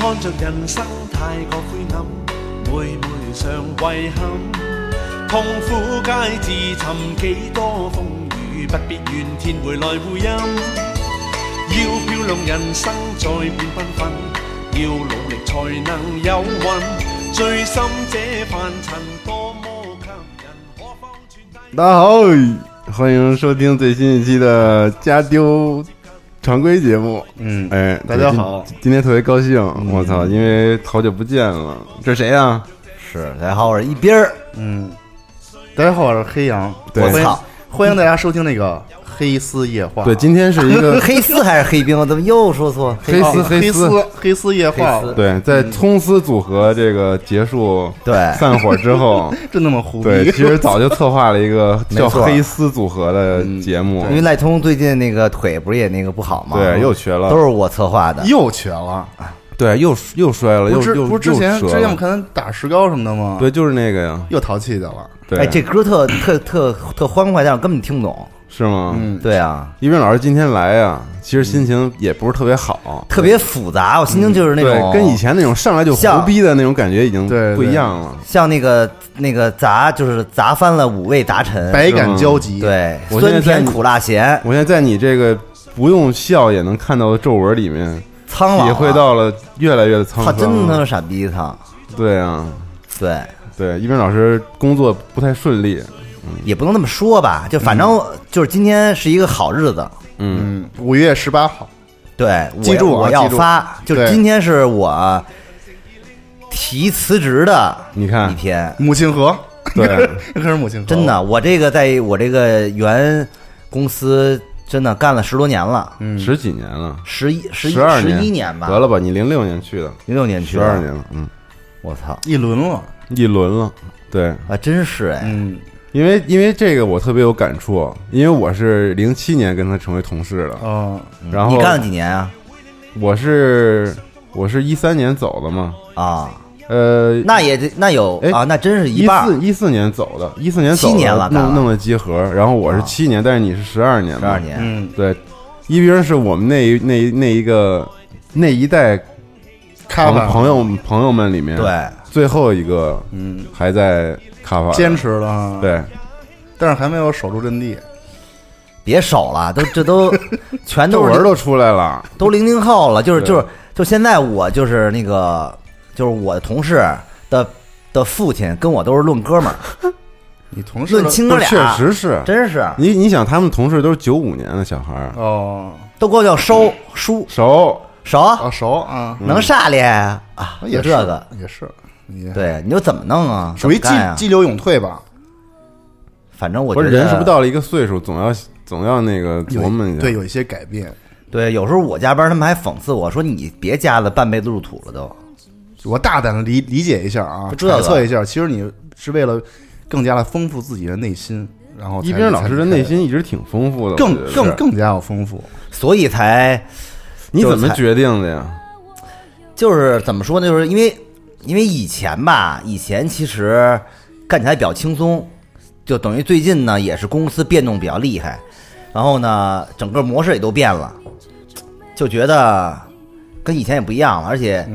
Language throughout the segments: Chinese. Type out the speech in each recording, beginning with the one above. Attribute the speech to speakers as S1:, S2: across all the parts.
S1: 看着人生太過灰暗，每每常遺憾，痛苦皆自尋，幾多風雨不必怨天回來回音。要漂亮人生再變繽紛，要努力才能有運，最深這凡塵多麼吸引，可否傳遞？
S2: 大家好，欢迎收听最新一期的加丢常规节目。
S3: 嗯，
S2: 哎，
S3: 大家好
S2: 今，今天特别高兴，我操，因为好久不见了。这是谁啊呀、
S3: 是大家好，我是一斌儿。嗯，大家好，我是黑羊。
S2: 对
S3: 我欢迎
S4: 操
S3: 欢迎大家收听那个黑丝夜话。
S2: 对，今天是一 个
S4: 黑丝还是黑冰？我怎么又说错？
S2: 黑丝
S3: 哦黑
S2: 丝。
S3: 黑丝夜话
S4: 黑，丝
S2: 对，在葱丝组合这个结束
S4: 对
S2: 散伙之 后，
S3: 真那么胡
S2: 对，
S3: 逼
S2: 其？实早就策划了一个叫
S4: 没错
S2: 黑丝组合的节目，
S4: 因为赖通最近那个腿不是也那个不好吗？
S2: 对又瘸了
S4: 都是我策划的。
S3: 又瘸了，
S2: 对，又又摔哎了，又
S3: 不是
S2: 又
S3: 不是之前
S2: 又折
S3: 之
S2: 了
S3: 前我看他打石膏什么的吗？，
S2: 对，就是那个呀，
S3: 又淘气去了。
S2: 对，
S4: 哎，这歌特特特特欢快，但我根本听不懂。
S2: 是吗？嗯，
S4: 对啊，
S2: 一斌老师今天来呀，其实心情也不是特别好，
S4: 特别复
S3: 嗯
S4: 杂，我心情就是那种
S2: 对，跟以前那种上来就
S4: 像
S2: 胡逼的那种感觉已经
S3: 对
S2: 不一样了。
S4: 像那个那个砸，就是砸翻了五味杂陈，
S3: 百感交集，，
S4: 嗯对，
S2: 我现在在
S4: 酸甜
S2: 你
S4: 苦辣咸，
S2: 我现在在你这个不用笑也能看到的皱纹里面，
S4: 苍老啊
S2: 体会，到了越来越沧
S4: 操，
S2: 桑。
S4: 真他妈傻逼，操！
S2: 对啊，
S4: 对，
S2: 对，一斌老师工作不太顺利，
S4: 也不能那么说吧，就反正就是今天是一个好日子，
S2: 嗯，
S3: 嗯，五月十八号，
S4: 对，我
S3: 记住啊
S4: 我要
S3: 记住
S4: 发，就是
S3: 对
S4: 今天是我提辞职的
S2: 你看
S4: 一，天，
S3: 母亲河，
S2: 对，
S3: 又开始母亲河，
S4: 真
S2: 哦
S4: 的，，我这个在我这个原公司真的干了十多年了，
S2: 十几年了，
S4: 十一十
S2: 嗯
S4: 一
S2: 十二
S4: 十一年吧，啊
S2: 得了吧，你零六年去的，
S4: 零六年去
S2: 十
S4: 的
S2: 二年，了，嗯，
S4: 我操
S3: 一轮了，
S2: 一轮了，对，
S4: 啊，真是哎，
S3: 嗯，
S2: 因为因为这个我特别有感触，因为我是零七年跟他成为同事的，
S3: 哦，
S2: 然后
S4: 嗯你干了几年啊？
S2: 我是我是一三年走的嘛，
S4: 啊，
S2: 呃，
S4: 那也得那有
S2: 哎
S4: 啊，那真是
S2: 一
S4: 半
S2: 四
S4: 儿，
S2: 一四年走的，一四年走
S4: 七年了
S2: 了，
S4: 干
S2: 弄
S4: 了
S2: 弄的集合，然后我是
S4: 啊
S2: 七年，但是你是十二年嘛，
S4: 十二年，
S3: 嗯，
S2: 对，一冰是我们那一那一那一个那一代
S3: 咖
S2: 朋
S3: 吧，
S2: 朋友朋友们里面，
S4: 对，
S2: 最后一个
S3: 嗯，
S2: 还在卡法
S3: 坚，持了啊，
S2: 对，
S3: 但是还没有守住阵地，
S4: 别守了，都 这都全
S2: 皱
S4: 都是
S2: 纹都出来了，
S4: 都零零后了，就是
S2: 对
S4: 就是就现在我就是那个就是我的同事的的父亲跟我都是论哥们儿，
S3: 你同事
S4: 论
S3: 的
S4: 亲哥俩，
S2: 确实是，
S4: 真是
S2: 你你想，他们同事都是九五年的小孩儿，
S3: 哦，
S4: 都管我叫
S2: 嗯
S4: 收叔
S2: 熟，
S4: 熟，
S3: 啊熟
S2: 嗯
S3: 啊，
S4: 能啥咧啊？
S3: 也
S4: 有
S3: 是
S4: 这个，
S3: 也是，你
S4: 对，你说怎么弄啊？
S3: 属于
S4: 怎
S3: 激
S4: 么干啊
S3: 激流勇退吧？
S4: 反正我
S2: 不
S4: 觉
S2: 是
S4: 得
S2: 人是不是到了一个岁数，总要总要那个
S3: 有
S2: 琢磨一下，
S3: 对，有一些改变。
S4: 对，有时候我加班，他们还讽刺我说你别加了，半辈子入土了都。
S3: 我大胆的理理解一下啊，
S4: 不知道
S3: 揣
S4: 了
S3: 测一下，其实你是为了更加的丰富自己的内心，然哦后才
S2: 一冰老师的
S3: 才
S2: 内心一直挺丰富的，
S3: 更
S2: 我觉得
S3: 更更加要丰富。
S4: 所以才
S2: 你怎么
S4: 就才
S2: 决定的呀？
S4: 就是怎么说呢？就是因为因为以前吧，以前其实干起来比较轻松，就等于最近呢也是公司变动比较厉害，然后呢整个模式也都变了，就觉得跟以前也不一样了，而且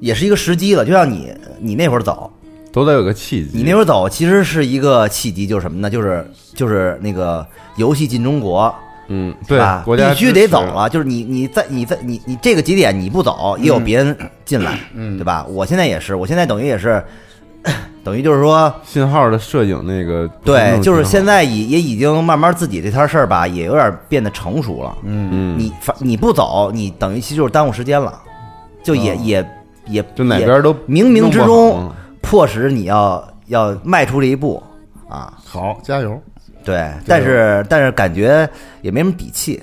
S4: 也是一个时机了。就像你你那会儿走，
S2: 都得有个契机。
S4: 你那会儿走其实是一个契机，就是什么呢？就是就是那个游戏进中国。
S2: 嗯，
S4: 是
S2: 对
S4: 吧，
S2: 国家
S4: 啊必须得
S2: 支持
S4: 走。了。就是你你在你在你你这个节点你不走，
S2: 嗯
S4: 也有别人进来，嗯，对吧？我现在也是，我现在等于也是，等于就是说，
S2: 信号的摄影那个
S4: 对，就是现
S2: 在
S4: 在也也已经慢慢自己这摊事儿吧，也有点变得成熟了。嗯，你反你不走，你等于其实就是耽误时间了，就也、也也
S2: 哦就哪边都
S4: 也冥冥之
S2: 弄不
S4: 中
S2: 好
S4: 迫使你要要迈出这一步啊。
S3: 好，加油！
S4: 对，但是但是感觉也没什么底气。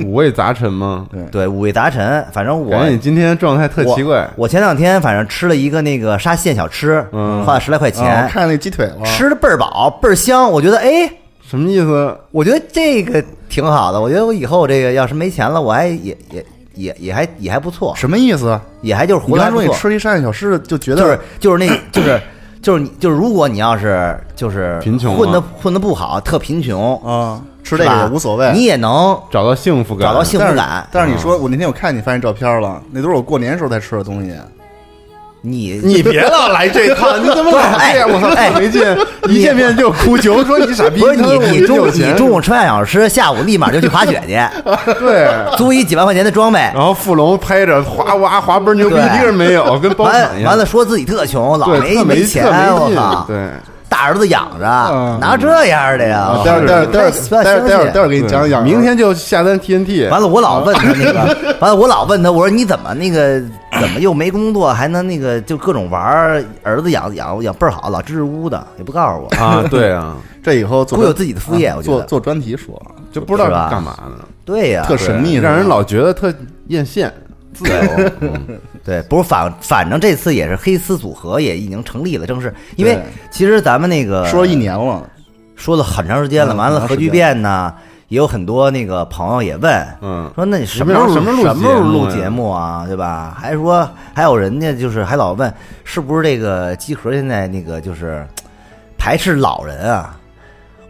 S2: 五味杂陈吗？
S3: 对
S4: 对，五味杂陈，反正我
S2: 感觉你今天状态特奇怪，
S4: 我。我前两天反正吃了一个那个沙县小吃，
S2: 嗯
S4: 花了十来块
S3: 啊
S4: 钱
S3: 我，看那鸡腿了，
S4: 吃的倍儿饱，倍儿香。我觉得，哎，
S2: 什么意思？
S4: 我觉得这个挺好的。我觉得我以后这个要是没钱了，我还也也也也还也还不错，
S3: 什么意思？
S4: 也还就是
S3: 你
S4: 胡来
S3: 刚
S4: 不
S3: 说你
S4: 错。
S3: 吃了一善小吃，就觉
S4: 就是
S3: 得
S4: 就是那就是就是你就是如果你要是就是
S2: 贫穷啊
S4: 混的混的不好，特贫穷，
S3: 啊，吃这
S4: 是
S3: 个
S4: 吧
S3: 也无所谓
S4: 你也能
S2: 找到幸福感，
S4: 找到幸福
S3: 但是
S4: 感
S3: 但是你说我那天我看你发现照片了，那都是我过年时候才吃的东西。
S4: 你
S2: 你别老来这 套，你怎么老这样？
S4: 不
S2: 我
S4: 是
S2: 操，
S4: 哎
S2: 太没劲！一见面就哭穷，说你傻逼，
S4: 不是你
S2: 他说我
S4: 你中午
S2: 有
S4: 你
S2: 钱
S4: 中午吃饭小时，下午立马就去滑雪 去，
S2: 对。
S4: 租一几万块钱的装备，
S3: 啊
S2: 然后富龙拍着哗哇滑倍儿牛逼，
S4: 对
S2: 一个人没有，跟包
S4: 完
S2: 场一样。
S4: 完了，说自己特穷，老
S2: 对，
S4: 没
S2: 特没特
S4: 钱，啊
S2: 没
S4: 我
S2: 劲
S4: 靠！
S2: 对，
S4: 大儿子养着，
S3: 嗯
S4: 哪有这样的呀？
S2: 啊
S3: 待会儿待会儿待会
S4: 是吧
S3: 儿待会儿待会儿待啊会儿给你
S2: 对
S3: 讲啊讲。
S2: 明天就下单 TNT。
S4: 完了，我老问他那 个，完了我老问他，我说你怎么那个怎么又没工作，还能那个就各种玩儿，儿子养养养倍儿好，老支支吾吾的，也不告诉我，
S2: 啊，对 啊，
S3: 这以后做
S4: 会有自己的副业
S3: 啊
S4: 我觉得
S3: 做做专题说，
S2: 就不知道
S4: 是吧
S2: 干嘛呢，
S4: 对呀、
S3: 特神秘，
S2: 对让人老觉得特艳羡。自由， 嗯
S4: 对，不是反反正这次也是黑丝组合也已经成立了，正式，因为
S3: 对
S4: 其实咱们那个
S3: 说了一年了。
S4: 说了很长时间了，
S3: 嗯
S4: 完
S3: 很
S4: 了
S3: 长
S4: 核
S3: 时间
S4: 聚变呢，也有很多那个朋友也问，
S2: 嗯
S4: 说那你什
S2: 什么
S4: 时候
S2: 时候什么时候
S4: 什么时候
S2: 录
S4: 录
S2: 节
S4: 节目啊，对吧？还说还有人家就是还老问是不是这个集合现在那个就是排斥老人啊？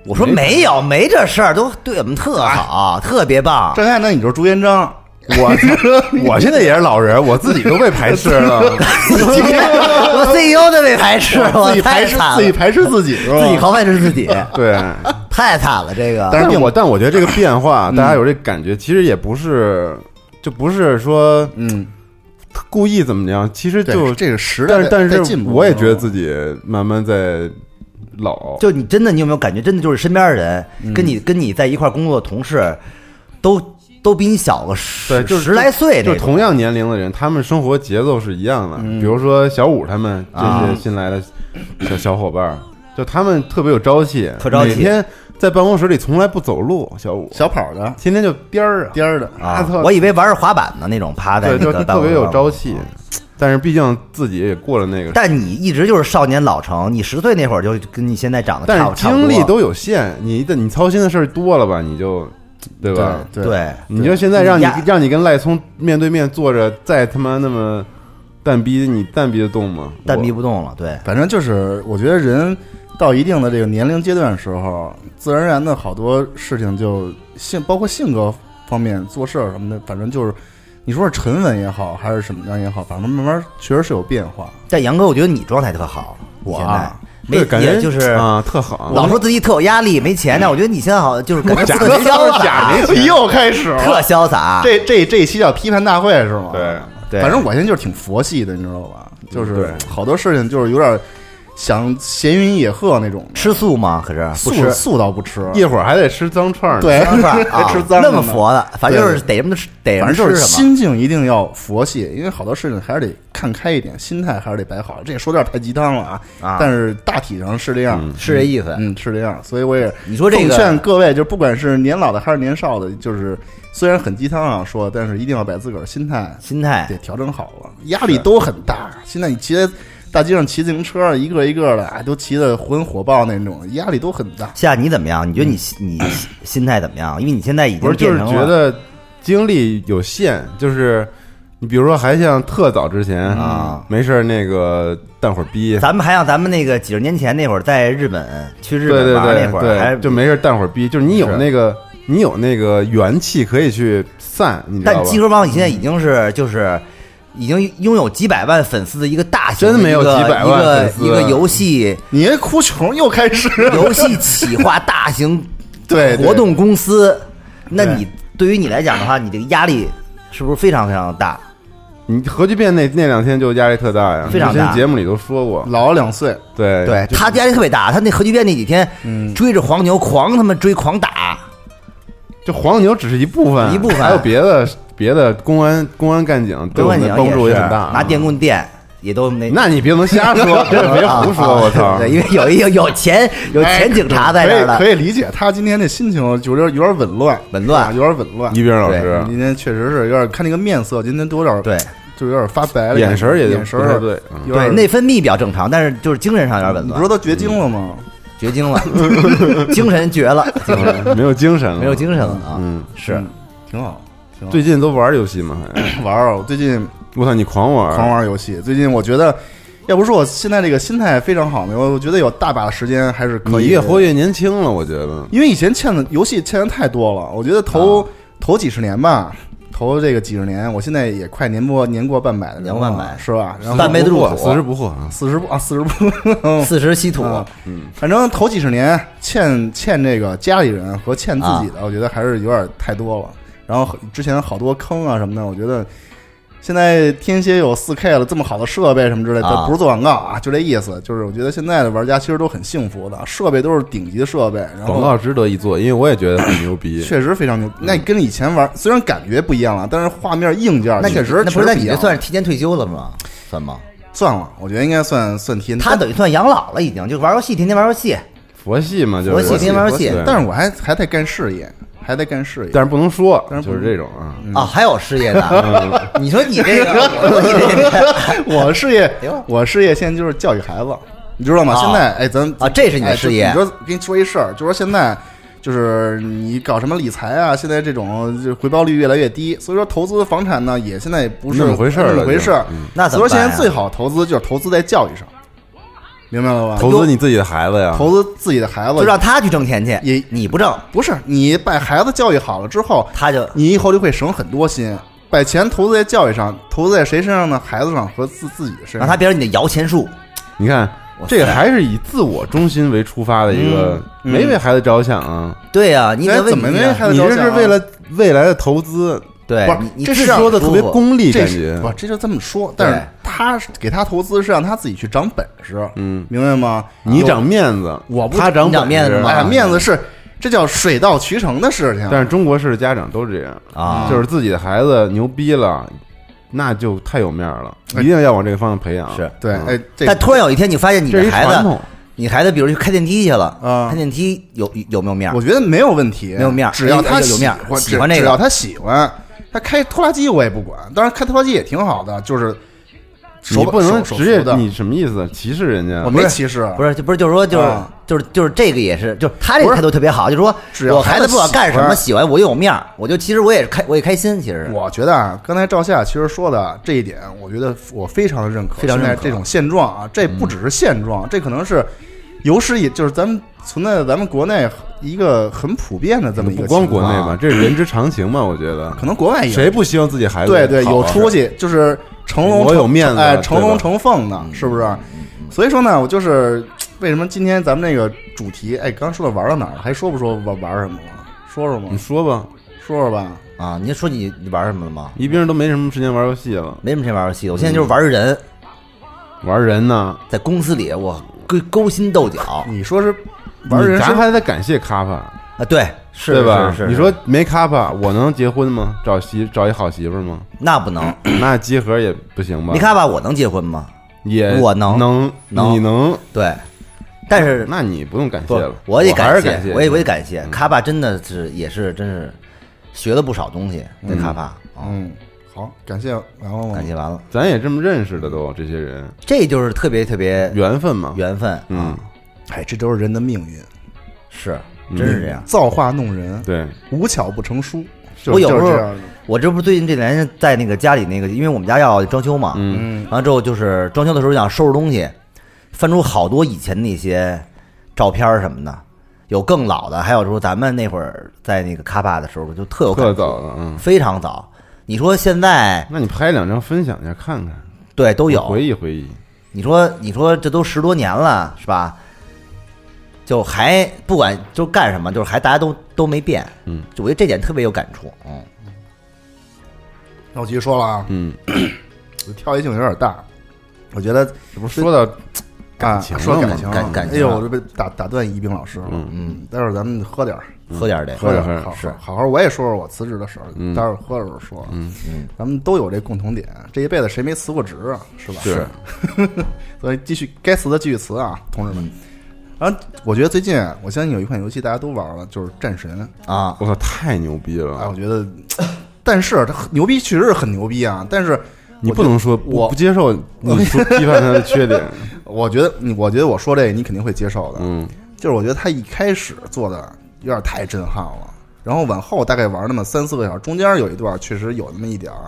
S4: 我说
S2: 没
S4: 没有，没这事儿，都对我们特好，特别棒。
S3: 张开那你就是朱元璋，
S2: 我我现在也是老人，我自己都被排斥了。
S4: 我 CEO 都被排斥，我
S3: 自 己
S4: 太
S3: 排斥
S4: 惨了，
S3: 自己排斥 自己是吧？
S4: 自己靠排斥自己，
S2: 对，
S4: 太惨了这个。
S2: 嗯但是我但我觉得这个变化，
S4: 嗯
S2: 大家有这感觉，其实也不是，就不是说
S3: 嗯，
S2: 故意怎么样，其实
S3: 对
S2: 就
S3: 这个时代
S2: 但
S3: 在
S2: 是但
S3: 在
S2: 是
S3: 进步
S2: 我也觉得自己慢慢在老，
S4: 就你真的，你有没有感觉，真的就是身边的人、
S2: 嗯
S4: 跟你跟你在一块儿工作的同事，都都比你小个
S2: 对，
S4: 十
S2: 就是
S4: 十来岁
S2: 就
S4: 这
S2: 是
S4: 种。嗯
S2: 同样年龄的人，他们生活节奏是一样的。比如说小五他们这
S4: 啊
S2: 些新来的小小伙伴儿，就他们特别有朝气，
S4: 特朝气
S2: 每天在办公室里从来不走路，小五
S3: 小跑的
S2: 天天就颠儿啊
S3: 颠儿的
S2: 啊，操
S4: 我以为玩儿滑板呢，那种趴在
S2: 对，
S4: 那
S2: 就
S4: 个
S2: 是
S4: 办
S2: 特
S4: 公
S2: 别
S4: 室
S2: 有朝气。但是毕竟自己也过了那个，
S4: 但你一直就是少年老成，你十岁那会儿就跟你现在长得
S2: 但
S4: 差
S2: 是
S4: 不差不多
S2: 精力都有限，你的你操心的事儿多了吧，你就对吧？
S3: 对
S4: 对，
S2: 你就现在让
S4: 你压
S2: 你让你跟赖聪面对面坐着，再他妈那么蛋逼，你蛋逼得动吗？
S4: 但逼
S2: 我
S4: 不动了。对，
S3: 反正就是，我觉得人到一定的这个年龄阶段的时候，自然而然的好多事情就性，包括性格方面、做事儿什么的，反正就是你说是沉稳也好，还是什么样也好，反正慢慢确实是有变化。
S4: 但杨哥，我觉得你状态特好，
S3: 我
S4: 现在
S3: 啊
S4: 没
S2: 对感觉
S4: 也就是。
S2: 啊，特好。
S4: 老说自己特有压力，没钱呢。我觉得你现在好，就是感觉
S2: 假
S4: 特
S2: 的啊
S4: 潇
S2: 假
S4: 洒，
S2: 没钱
S3: 又开始
S4: 特潇洒。
S3: 这这这一期叫批判大会是吗？
S2: 对，
S4: 对
S3: 反正我现在就是挺佛系的，你知道吧？就是
S2: 对
S3: 好多事情就是有点想闲云野鹤那种，
S4: 吃素吗？可是不
S3: 素
S4: 吃，
S3: 素倒不吃，
S2: 一会儿还得吃脏串儿呢。
S3: 对，
S4: 脏 饭啊，
S3: 吃脏的
S4: 那么
S3: 呢
S4: 佛的，反正就是逮什么就吃，逮什
S3: 反
S4: 么
S3: 正就是
S4: 吃什么。
S3: 心境一定要佛系，因为好多事情还是得看开一点，心态还是得摆好。这也说有点太鸡汤了啊，
S4: 啊
S3: 但是大体上是这样，
S4: 是这意思
S3: 嗯，是这样。所以我也
S4: 你说这个
S3: 奉劝各位，就不管是年老的还是年少的，就是虽然很鸡汤啊说，但是一定要把自个儿心态
S4: 心态
S3: 得调整好啊了，压力都很大。现在你骑在大街上骑自行车，一个一个的，哎，都骑得魂火爆那种，压力都很大。
S4: 夏，你怎么样？你觉得你你心态怎么样？因为你现在已
S2: 嗯不是就
S4: 经变
S2: 是
S4: 成
S2: 觉
S4: 了
S2: 得精力有限，就是你比如说还像特早之前
S4: 啊，
S2: 没事儿那个蛋会儿逼，
S4: 咱们还像咱们那个几十年前那会儿在日本去日
S2: 对对
S4: 本玩
S2: 对
S4: 那会儿，还
S2: 对，就没事儿蛋会儿逼，就是你有那个你有那个元气可以去散，你知道
S4: 但
S2: 吧嗯
S4: 集？合帮你现在已经是就是。已经拥有几百万粉丝的一个大型的
S2: 真没有
S4: 一个
S2: 几百万
S4: 一个
S2: 粉丝
S4: 一个游戏
S3: 你那哭穷又开始 了，
S4: 游戏企划大型
S3: 对对
S4: 活动公司，那
S3: 对
S4: 你对于你来讲的话，你这个压力是不是非常非常大？
S2: 你核聚变那那两天就压力特大呀，
S4: 非常
S2: 之前
S4: 大
S2: 节目里都说过，
S3: 老了两岁。
S2: 对
S4: 对他压力特别大，他那核聚变那几天追着黄牛狂他妈追狂打，
S2: 就黄牛只是一部分，
S4: 一部分
S2: 还有别的别的公安公安干警对
S4: 刘
S2: 我
S4: 冠
S2: 们
S4: 景
S2: 的帮助也
S4: 也是
S2: 很大。啊
S4: 拿电棍电也都那
S2: 那你别能瞎 说，真是啊别胡说，我操！
S4: 对，因为有一有有钱有钱警察在这儿
S3: 哎可
S4: 了，
S3: 以可以理解他今天这心情有点有点紊乱，
S4: 紊乱
S3: 啊有点紊乱。嗯
S2: 一冰老师
S3: 今天确实是有点看那个面色，今天都有点
S4: 对，
S3: 就有点发白了，
S2: 眼神儿也
S3: 眼神
S2: 不太
S3: 儿
S2: 对嗯
S3: 有
S4: 对
S3: 点
S4: 内分泌比较正常，但是就是精神上有点紊
S3: 你不
S4: 乱
S3: 是，都绝经了吗？
S4: 绝经了，精神绝了，
S2: 没有精神了，
S4: 没有精神了啊！
S2: 嗯，
S4: 是
S3: 嗯挺好，挺好。
S2: 最近都玩游戏吗？还哎
S3: 玩儿，我最近
S2: 我操，你狂玩，
S3: 狂玩游戏，最近我觉得要不是我现在这个心态非常好呢，我我觉得有大把的时间还是可
S2: 你
S3: 以
S2: 越活越年轻了，我觉得。
S3: 因为以前欠的游戏欠的太多了，我觉得头、头几十年吧，头这个几十年，我现在也快年过年过半百的人了，
S4: 年过半百
S3: 是吧？然后
S4: 半杯子入
S2: 不惑
S4: 口
S2: 四十不惑啊！
S3: 四十步啊，四十步，
S4: 四十稀土，
S3: 啊反正头几十年欠欠这个家里人和欠自己的，
S4: 啊
S3: 我觉得还是有点太多了。然后之前好多坑啊什么的，我觉得现在天蝎有4 K 了，这么好的设备什么之类的，
S4: 啊
S3: 不是做广告啊，就这意思。就是我觉得现在的玩家其实都很幸福的，设备都是顶级的设备，然
S2: 广
S3: 后
S2: 告值得一做，因为我也觉得很牛逼。
S3: 确实非常牛。那
S4: 嗯
S3: 跟以前玩虽然感觉不一样了，但是画面硬件
S4: 那你
S3: 确实
S4: 啊那不是那
S3: 确实
S4: 你
S3: 一
S4: 这
S3: 样
S4: 算是提前退休了吗？算吗？
S3: 算了，我觉得应该算算天。
S4: 他等于算养老了，已经就玩游戏，天天玩游戏，
S2: 佛系嘛，就
S4: 佛
S2: 是。
S4: 系天天玩游戏
S2: 对
S3: 但是我还还在干事业，还在干事业。
S2: 但是不能说，
S3: 但是
S2: 就
S3: 不
S2: 是这种啊。
S3: 嗯
S4: 啊，还有事业呢。 你说你这个，我说你这 个
S3: 我事业
S4: 哎呦，
S3: 我事业现在就是教育孩子，你知道吗？
S4: 啊
S3: 现在，哎，咱
S4: 啊这是你的
S3: 哎
S4: 事业
S3: 就你说，跟你说一事儿，就说现在就是你搞什么理财啊，现在这种就回报率越来越低，所以说投资房产呢，也现在也不是
S2: 那么回事儿了
S3: 那么回事儿
S2: 就嗯。
S4: 那怎么
S3: 所以说现
S4: 办
S3: 在
S4: 呀
S3: 最好投资就是投资在教育上，明白了吧？
S2: 投资你自己的孩子呀，
S3: 投资自己的孩子，
S4: 啊就让他去挣钱去，
S3: 也
S4: 你不挣，
S3: 不是你把孩子教育好了之后，
S4: 他就
S3: 你以后就会省很多心。把钱投资在教育上，投资在谁身上呢？孩子上和自自己的身
S4: 让
S3: 上。
S4: 他变成你的摇钱树。
S2: 你看
S4: 哇塞
S2: 这个还是以自我中心为出发的一个，
S3: 嗯嗯
S2: 没为孩子着想啊。
S4: 对呀、你得
S3: 哎
S4: 问
S3: 怎么
S4: 你
S3: 没
S4: 的
S3: 孩子
S2: 你
S3: 着
S2: 这
S3: 想啊
S2: 是为了未来的投资，
S4: 对
S3: 不是，
S4: 你你
S3: 这
S4: 至
S3: 是
S4: 少
S2: 说的特别
S4: 舒服
S2: 功利，
S3: 这
S2: 感
S3: 是
S2: 觉
S3: 不，这就这么说。但
S4: 对
S3: 是他是给他投资是让他自己去长本事，
S2: 嗯
S3: 明白吗？
S2: 你
S3: 有
S2: 长面子，
S3: 我不
S2: 他长
S4: 你长
S2: 本
S4: 面子
S2: 事啊
S4: 吗
S3: 哎呀面子是这叫水到渠成的事情。
S2: 但是中国式的家长都这样
S4: 啊
S2: 就是自己的孩子牛逼了，那就太有面儿了，
S3: 哎
S2: 一定要往这个方向培养。
S4: 是
S3: 对，
S2: 嗯
S3: 哎，这
S4: 但突然有一天，你发现你
S2: 这是
S4: 的
S2: 一
S4: 孩
S2: 传
S4: 子
S2: 统，，
S4: 你孩子比如去开电梯去了，
S3: 啊
S4: 开电梯有有没有面儿
S3: 我？觉得没有问题，
S4: 没有面儿
S3: 只要他
S4: 哎有有面儿
S3: 喜欢
S4: 喜欢这个
S3: 只要他喜欢，他开拖拉机我也不管。当然开拖拉机也挺好的，就是手
S2: 你不能
S3: 手手
S2: 直接
S3: 扶的，
S2: 你什么意思？歧视人家？
S3: 我
S2: 不
S3: 没
S2: 是
S3: 歧视，
S4: 不是，就不是，就是说，就是、
S3: 啊
S4: 就是就是这个也是，就是他这
S3: 不
S4: 个
S3: 是
S4: 态度特别好，就是
S3: 只
S4: 说
S3: 要
S4: 我孩子不管干什
S3: 孩
S4: 么
S3: 子喜
S4: 喜欢我就有面儿，我就其实我也是开我也开心，其实
S3: 我觉得啊，刚才赵夏其实说的这一点，我觉得我非常认可。
S4: 非常认可
S3: 现在这种现状
S2: 嗯
S3: 啊，这不只是现状，这可能是有史以就是咱们存在咱们国内一个很普遍的这么一个
S2: 不光
S3: 情
S2: 国
S3: 况
S2: 内
S3: 啊
S2: 吧，，这是人之常情吧？我觉得，
S3: 可能国外也有
S2: 谁不希望自己孩子
S3: 对对
S2: 好
S3: 有
S2: 啊
S3: 出息，就是成龙
S2: 我有面子啊
S3: 哎，
S2: 对
S3: 成龙
S2: 吧嗯
S3: 成凤的，是不是？所以说呢，我就是为什么今天咱们这个主题，哎，刚说到玩到哪儿了，还说不说玩玩什么了？说说吧
S2: 你，说吧，
S3: 说说吧。
S4: 啊，你说你你玩什么了吗？
S2: 一兵都没什么时间玩游戏了，
S4: 没什么时间玩游戏，我现在就是玩人，
S2: 玩人呢？
S4: 在公司里我勾勾心斗角啊，
S3: 你说是玩人
S2: 你
S3: 是
S2: 咱还得感谢卡帕，
S4: 对，是
S2: 对吧？
S4: 是是
S2: 你说没卡帕，我能结婚吗？找媳找一好媳妇儿吗？
S4: 那不能，
S2: 那结合也不行吧？
S4: 你看吧，我能结婚吗？
S2: 也
S4: 我能
S2: 能
S4: 能
S2: 你能，
S4: 对，但是
S2: 那你不用感谢
S4: 不
S2: 了，，
S4: 我也
S2: 还是
S4: 谢，
S2: 感谢，
S4: 我也我也感谢卡帕，真的是也是真是学了不少东西，对卡帕，嗯，
S3: 嗯，好，感谢完了吗？
S4: 感谢完了，
S2: 咱也这么认识的都，这些人
S4: 这就是特别特别
S2: 缘分嘛，
S4: 缘分，
S2: 嗯
S4: 啊，，
S3: 哎，这都是人的命运，
S4: 是，
S2: 嗯
S4: 真是这样。
S3: 造化弄人，
S2: 对，
S3: 无巧不成书。就
S4: 我有
S3: 就是
S4: 时候
S3: 这样的
S4: 我这不是最近这两天在那个家里那个，因为我们家要装修嘛，
S2: 嗯
S3: 嗯，
S4: 完了之后就是装修的时候想收拾东西，翻出好多以前那些照片儿什么的，有更老的，还有说咱们那会儿在那个卡帕的时候就特有感
S2: 特
S4: 触
S2: 早了，嗯，
S4: 非常早。你说现在
S2: 那你拍两张分享一下看看，
S4: 对都有，
S2: 回忆回忆，
S4: 你说，你说这都十多年了，是吧？就还不管就干什么，就是还大家都都没变，
S2: 嗯，
S4: 就我觉得这点特别有感触，嗯，
S3: 那我继续说了啊，
S2: 嗯，
S3: 我 跳跃性有点大，我觉得
S2: 这不是说到
S3: 啊，
S2: 感情了
S3: 说
S2: 嘛
S3: 感情了，
S4: 感感情
S3: 哎呦，
S4: 了
S3: 我这被打打断宜宾老师了，
S2: 嗯
S3: 嗯，待会儿咱们喝点儿，
S4: 喝点儿这，
S2: 喝点儿
S3: 点儿，
S2: 喝点儿
S3: 好
S2: 嗯是
S3: 好好，我也说说我辞职的事儿，
S2: 嗯
S3: 待会儿喝的时候说，
S2: 嗯
S4: 嗯，
S3: 咱们都有这共同点，这一辈子谁没辞过职啊，是吧？
S2: 是，
S3: 所以继续该辞的继续辞啊，同志们。然后我觉得最近，我相信有一款游戏大家都玩了，就是《战神》。
S4: 啊，
S2: 我操，太牛逼
S3: 哎，我
S2: 了！
S3: 觉得， 但是他很牛逼确实是很牛逼啊，但是
S2: 你
S3: 我
S2: 不
S3: 觉
S2: 能说不
S3: 我
S2: 不接 受，你说批判他的缺点，
S3: 我觉得你，我觉得我说这个你肯定会接受的，
S2: 嗯，
S3: 就是我觉得他一开始做的有点太震撼了，然后往后大概玩那么三四个小时，中间有一段确实有那么一点儿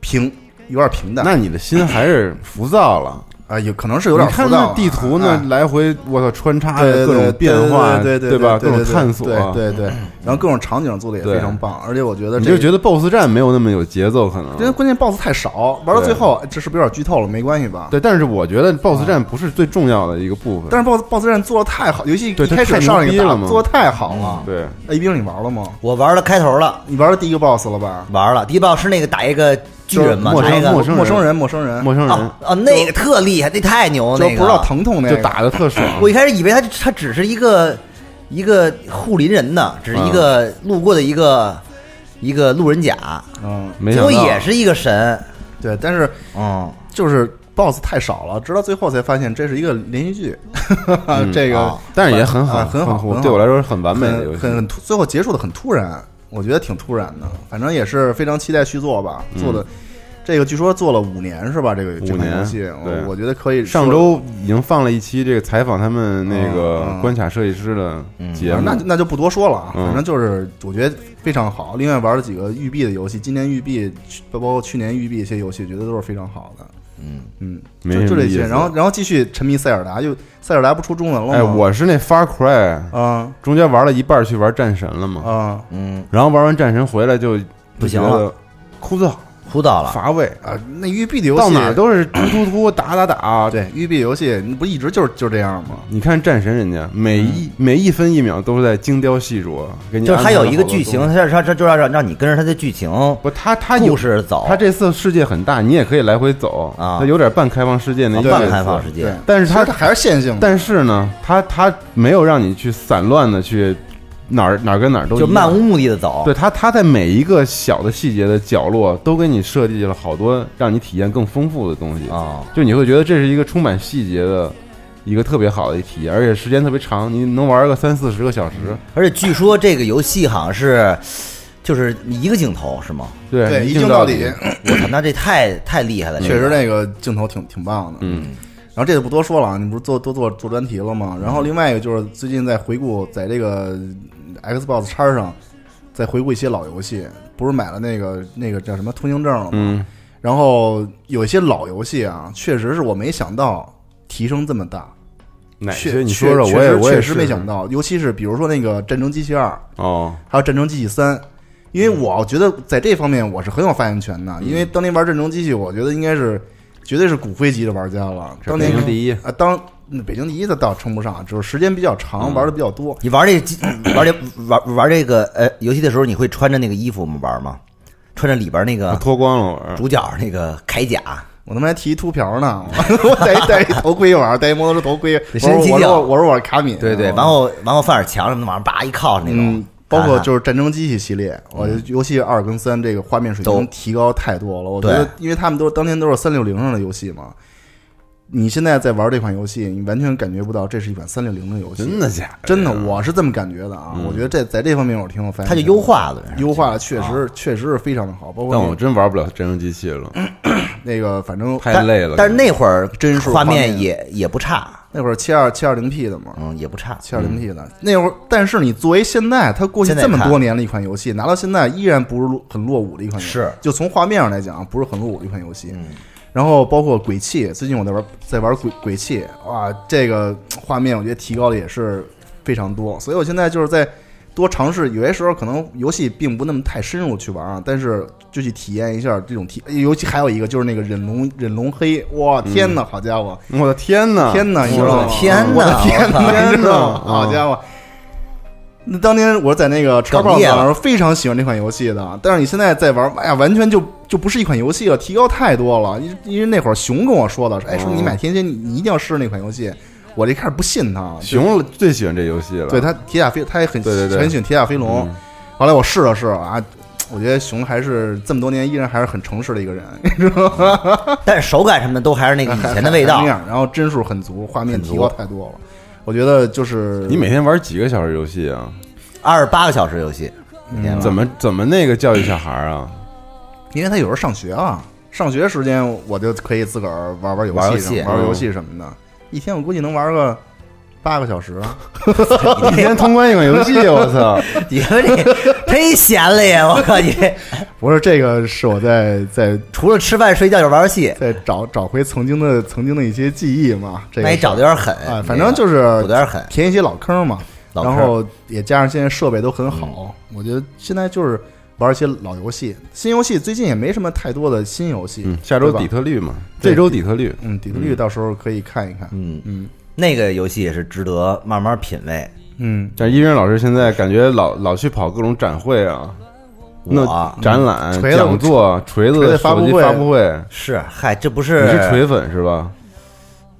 S3: 平有点平淡
S2: 那你的心还是浮躁了。
S3: 啊，有可能是有点
S2: 你看
S3: 浮躁
S2: 那
S3: 啊
S2: 地图
S3: 哎
S2: 呢，来回我操穿插
S3: 对
S2: 的各种变化，
S3: 对对
S2: 对吧？各
S3: 对
S2: 种
S3: 对
S2: 探索，啊
S3: 对对对，然后各种场景做的也
S2: 对
S3: 非常棒，而且我觉得
S2: 你就觉
S3: 得，
S2: 得 BOSS 战没有那么有节奏，可能
S3: 因为关键 BOSS 太少，玩到最后，这是不是有点剧透了？没关系吧？
S2: 对，但是我觉得 BOSS 战不是最重要的一个部分。
S3: 但是 BOSS BOSS 战做的太好，尤其一
S2: 对它
S3: 开始
S2: 太
S3: 上
S2: 牛
S3: 一
S2: 逼
S3: 个
S2: 了
S3: 打
S2: 嘛
S3: 做的太好了。
S2: 对，
S3: 哎，一冰你玩了吗？
S4: 我玩了开头了，
S3: 你玩的第一个 BOSS 了吧？
S4: 玩了。第一 boss 是那个打一个巨人嘛，
S2: 就是
S4: 打一个
S2: 陌
S3: 陌
S2: 生人
S3: 生人，陌生人，
S2: 陌生人
S4: 哦哦，那个特厉害，那太牛了，
S3: 就
S4: 那个
S3: 不知道疼啊痛那
S2: 就
S3: 个，
S2: 打的特爽。
S4: 我一开始以为他他只是一个一个护林人呢，只是一
S2: 啊
S4: 个路过的一个一个路人甲，
S3: 嗯，
S2: 没
S4: 结
S2: 想
S4: 果
S2: 到
S4: 也是一个神，
S3: 对，但是
S4: 嗯，
S3: 就是 BOSS 太少了，直到最后才发现这是一个连续剧， 这个
S4: 啊
S2: 但是嗯也很好，
S3: 啊很好
S2: 很
S3: 很好
S2: 对我来说是很完美的游
S3: 很
S2: 戏。
S3: 很很突，最后结束的很突然，我觉得挺突然的。反正也是非常期待续作吧，做的、这个据说做了五年是吧？这个这款
S2: 嗯年
S3: 游戏，
S2: 对
S3: 我我觉得可以说。
S2: 上周已经放了一期这个采访他们那
S3: 嗯
S2: 个
S3: 嗯
S2: 关卡设计师的节
S3: 啊
S2: 目
S3: 那，就那就不多说了啊，
S2: 嗯
S3: 反正就是我觉得非常好。另外玩了几个育碧的游戏，今年育碧去包括去年育碧一些游戏，觉得都是非常好的。嗯嗯，
S2: 没
S3: 就
S2: 什
S3: 就
S2: 么
S3: 这
S2: 意思
S3: 些，然后然后继续沉迷塞尔达，就塞尔达不出中文了吗？
S2: 哎，我是那 Far Cry，
S3: 啊
S2: 中间玩了一半去玩战神了嘛，
S3: 啊
S4: 嗯，
S2: 然后玩完战神回来就
S4: 不行了
S2: 了，枯燥
S4: 哭到了，
S2: 乏味，
S3: 啊，那育碧的游戏
S2: 到哪儿都是突突突打打打。
S3: 对育碧游戏，你不一直就是就这样吗？
S2: 你看战神，人家每一每一分一秒都在精雕细琢，给你
S4: 嗯就是他有一个
S2: 安排了好多
S4: 剧情，
S2: 东西，
S4: 他他他就要让让你跟着他的剧情
S2: 不，他他有
S4: 故事走，
S2: 他这次世界很大，你也可以来回走
S4: 啊
S2: 他有点半开放世界那
S4: 啊
S2: 意思
S4: 半开放世
S3: 对
S4: 界，，
S2: 但是
S3: 它
S2: 它
S3: 它还是线性的，
S2: 但是呢，他他没有让你去散乱的去哪儿哪儿跟哪儿都一
S4: 就
S2: 样
S4: 漫无目的的走，
S2: 对他，他在每一个小的细节的角落都给你设计了好多让你体验更丰富的东西，
S4: 啊，
S2: 就你会觉得这是一个充满细节的一个特别好的一体验，而且时间特别长，你能玩个三四十个小时。
S3: 嗯
S4: 而且据说这个游戏好像是就是一个镜头是吗？
S2: 对，
S3: 对
S2: 一
S3: 一
S2: 镜
S3: 镜
S2: 到
S3: 到底，
S4: 我操，那这太太厉害了，
S3: 确实那个镜头挺挺棒的。
S2: 嗯，
S3: 然后这就不多说了，啊，你不是做多做做专题了吗？然后另外一个就是最近在回顾，在这个 Xbox 叉上在回顾一些老游戏，不是买了那个那个叫什么通行证了吗？
S2: 嗯，
S3: 然后有一些老游戏啊，确实是我没想到提升这么大。
S2: 哪些
S3: 确
S2: 哎你说说，
S3: 确
S2: 我也
S3: 确实
S2: 我也
S3: 确实没想
S2: 到
S3: 到，尤其是比如说那个《战争机器二》，
S2: 哦，
S3: 还有《战争机器三》，因
S2: 嗯
S3: 为我觉得在这方面我是很有发言权的，因为当年玩《战争机器》，我觉得应该是绝对是骨灰级的玩家了。当年
S2: 北京第一
S3: 啊，当嗯北京第一的倒称不上，只是时间比较
S2: 嗯
S3: 长，玩的比较多。
S4: 你玩这玩这玩玩这个呃游戏的时候，你会穿着那个衣服吗？玩吗？穿着里边那个
S2: 脱光了玩，
S4: 主角那个铠甲，
S3: 我他妈还剃一秃瓢呢，我 我戴一戴一头盔玩，戴一摩托车头盔。
S4: 得
S3: 我
S4: 先
S3: 说
S4: 剃
S3: 我
S4: 掉
S3: 说我说我是卡啊米，
S4: 然
S3: 后
S4: 后然后放点墙什么的，往上叭一靠那种啊
S3: 嗯，，包括
S4: 看看
S3: 就是《战争机器》系列，我游戏二跟三这个画面水
S4: 都
S3: 平提高太多了。我觉
S4: 对
S3: 得，因为他们都是当年都是三六零上的游戏嘛，你现在在玩这款游戏，你完全感觉不到这是一款三六零的游戏。
S2: 真的假的？
S3: 真的，我是这么感觉的啊。我觉得这在这方面我挺有发言
S4: 它
S3: 权
S4: 就
S3: 的。
S4: 优化了，
S3: 优化了，确实确实是非常的好。包
S2: 但我
S3: 括
S2: 真玩不了真人机器了，
S3: 嗯那个，反正
S2: 太累了。
S4: 但是那会儿
S3: 帧数
S4: 画
S3: 画
S4: 面
S3: 面
S4: 也也不差，
S3: 那会儿七二七二零 P 的嘛，
S4: 嗯，也不差。
S3: 七二零 P 的那会儿，但是你作为现在它过去
S4: 现在
S3: 这
S4: 看
S3: 么多年的一款游戏，拿到现在依然不是落很落伍的一款游戏，
S4: 是
S3: 就从画面上来讲，不是很落伍的一款游戏。然后包括鬼泣，最近我在玩在玩鬼鬼泣，哇，这个画面我觉得提高的也是非常多，所以我现在就是在多尝试，有些时候可能游戏并不那么太深入去玩啊，但是就去体验一下这种体，尤其还有一个就是那个忍龙忍龙黑，哇，天呐，好家伙，
S2: 我的天呐，
S3: 天呐，你知
S4: 嗯我
S3: 道吗
S4: 的？ 天
S3: 我
S4: 呐
S3: 的天
S4: 我
S2: 的
S3: 呐，你知道吗？
S2: 天呐
S3: 好家伙！那当年我在那个叉
S4: 哽
S3: box
S4: 咽了
S3: 上是非常喜欢这款游戏的，但是你现在在玩，哎呀，完全就就不是一款游戏了，提高太多了。因因为那会儿熊跟我说的，哎，说你买天蝎，你你一定要试试那款游戏。我这开始不信他，
S2: 熊最喜欢这游戏了，
S3: 对他铁甲飞，他也很
S2: 啊对对对
S3: 很喜欢铁甲飞龙。后来我试了试啊，我觉得熊还是这么多年依然还是很诚实的一个人，你知道吗？
S4: 但是手感什么的都还是那个以前的味
S3: 还
S4: 道
S3: 是那，样然后帧数很足，画面
S4: 很足
S3: 提高太多了。我觉得就是
S2: 你每天玩几个小时游戏啊？
S4: 二十八个小时游戏，
S3: 嗯
S4: 每天玩
S2: 怎么怎么那个教育小孩儿 啊？
S3: 因为他有时候上学啊，上学时间我就可以自个儿玩玩游戏
S4: 玩游
S3: 什么
S4: 戏
S3: 玩游戏什么的。一天我估计能玩个八个小时，啊
S2: 一天通关一款游戏，我操！
S4: 你说你忒闲了也，我靠你这
S3: 不是这个是我在在
S4: 除了吃饭睡觉就是玩游戏，
S3: 在找找回曾经的曾经的一些记忆嘛。这个
S4: 那你
S3: 是
S4: 找的有点狠
S3: 哎，，反正就是
S4: 有点狠。
S3: 填一些老坑嘛，
S4: 老
S3: 然
S4: 坑
S3: 后也加上现在设备都很好，我觉得现在就是玩一些老游戏，新游戏最近也没什么太多的新游戏。
S2: 嗯，下周
S3: 对吧
S2: 底特律嘛，
S3: 对
S2: 这周底特律，
S3: 嗯，底特律到时候可以看一看。
S4: 嗯
S3: 嗯
S4: 那个游戏也是值得慢慢品味。
S3: 嗯，
S2: 但是一鸣老师现在感觉老老去跑各种展会啊，那
S4: 我
S2: 展览
S3: 嗯、锤子
S2: 讲座、锤子
S3: 锤
S2: 的
S3: 子发布
S2: 手机
S3: 会
S2: 发布会，
S4: 是
S3: 啊
S4: 嗨，这不
S2: 你
S4: 是
S2: 是锤粉是吧？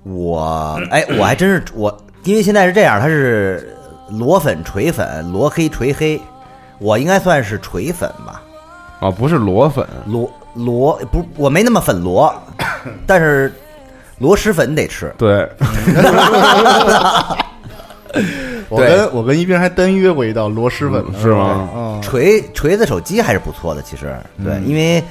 S4: 我哎，我还真是我，因为现在是这样，他是裸粉、锤粉、裸黑、锤黑，我应该算是锤粉吧。
S2: 啊，不是裸粉，
S4: 裸裸不，我没那么粉裸，但是螺蛳粉得吃。
S2: 对，
S3: 嗯我跟我跟一斌还单约过一道螺蛳粉呢，
S2: 嗯是吗
S3: 嗯，
S4: 锤锤子手机还是不错的，其实对，因为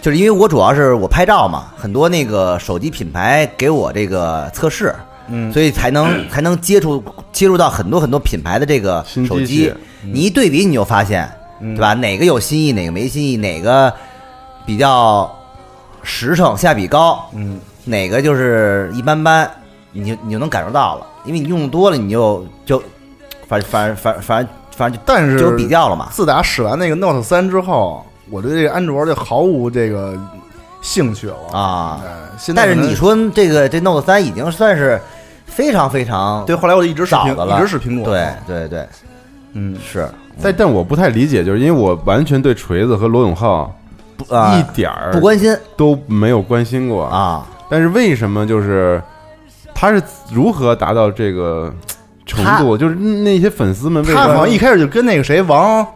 S4: 就是因为我主要是我拍照嘛，很多那个手机品牌给我这个测试，嗯，所以才能才能接触接触到很多很多品牌的这个
S2: 新
S4: 手
S2: 机
S4: 机
S2: 器，
S4: 你一对比你就发现，对吧？哪个有新意，哪个没新意，哪个比较实诚，下比高，嗯，哪个就是一般般，你就你就能感受到了，因为你用多了，你就就反反反反反正就
S3: 但是
S4: 就比较了嘛。
S3: 自打使完那个 Note 三之后，我对这个安卓就毫无这个兴趣了。
S4: 啊。
S3: 哎现在
S4: 但是
S3: 可能
S4: 你说这个这 Note 三已经算是非常非常
S3: 对，后来我一直是
S4: 早
S3: 苹
S4: 的了，
S3: 一直是苹果，啊
S4: 对对对，
S3: 嗯，
S4: 是
S2: 但但我不太理解，就是因为我完全对锤子和罗永浩
S4: 不啊
S2: 一点儿
S4: 不关心
S2: 都没有关心过。
S4: 啊，
S2: 但是为什么就是他是如何达到这个程度？就是那些粉丝们为什
S3: 他好
S2: 么
S3: 像一开始就跟那个谁王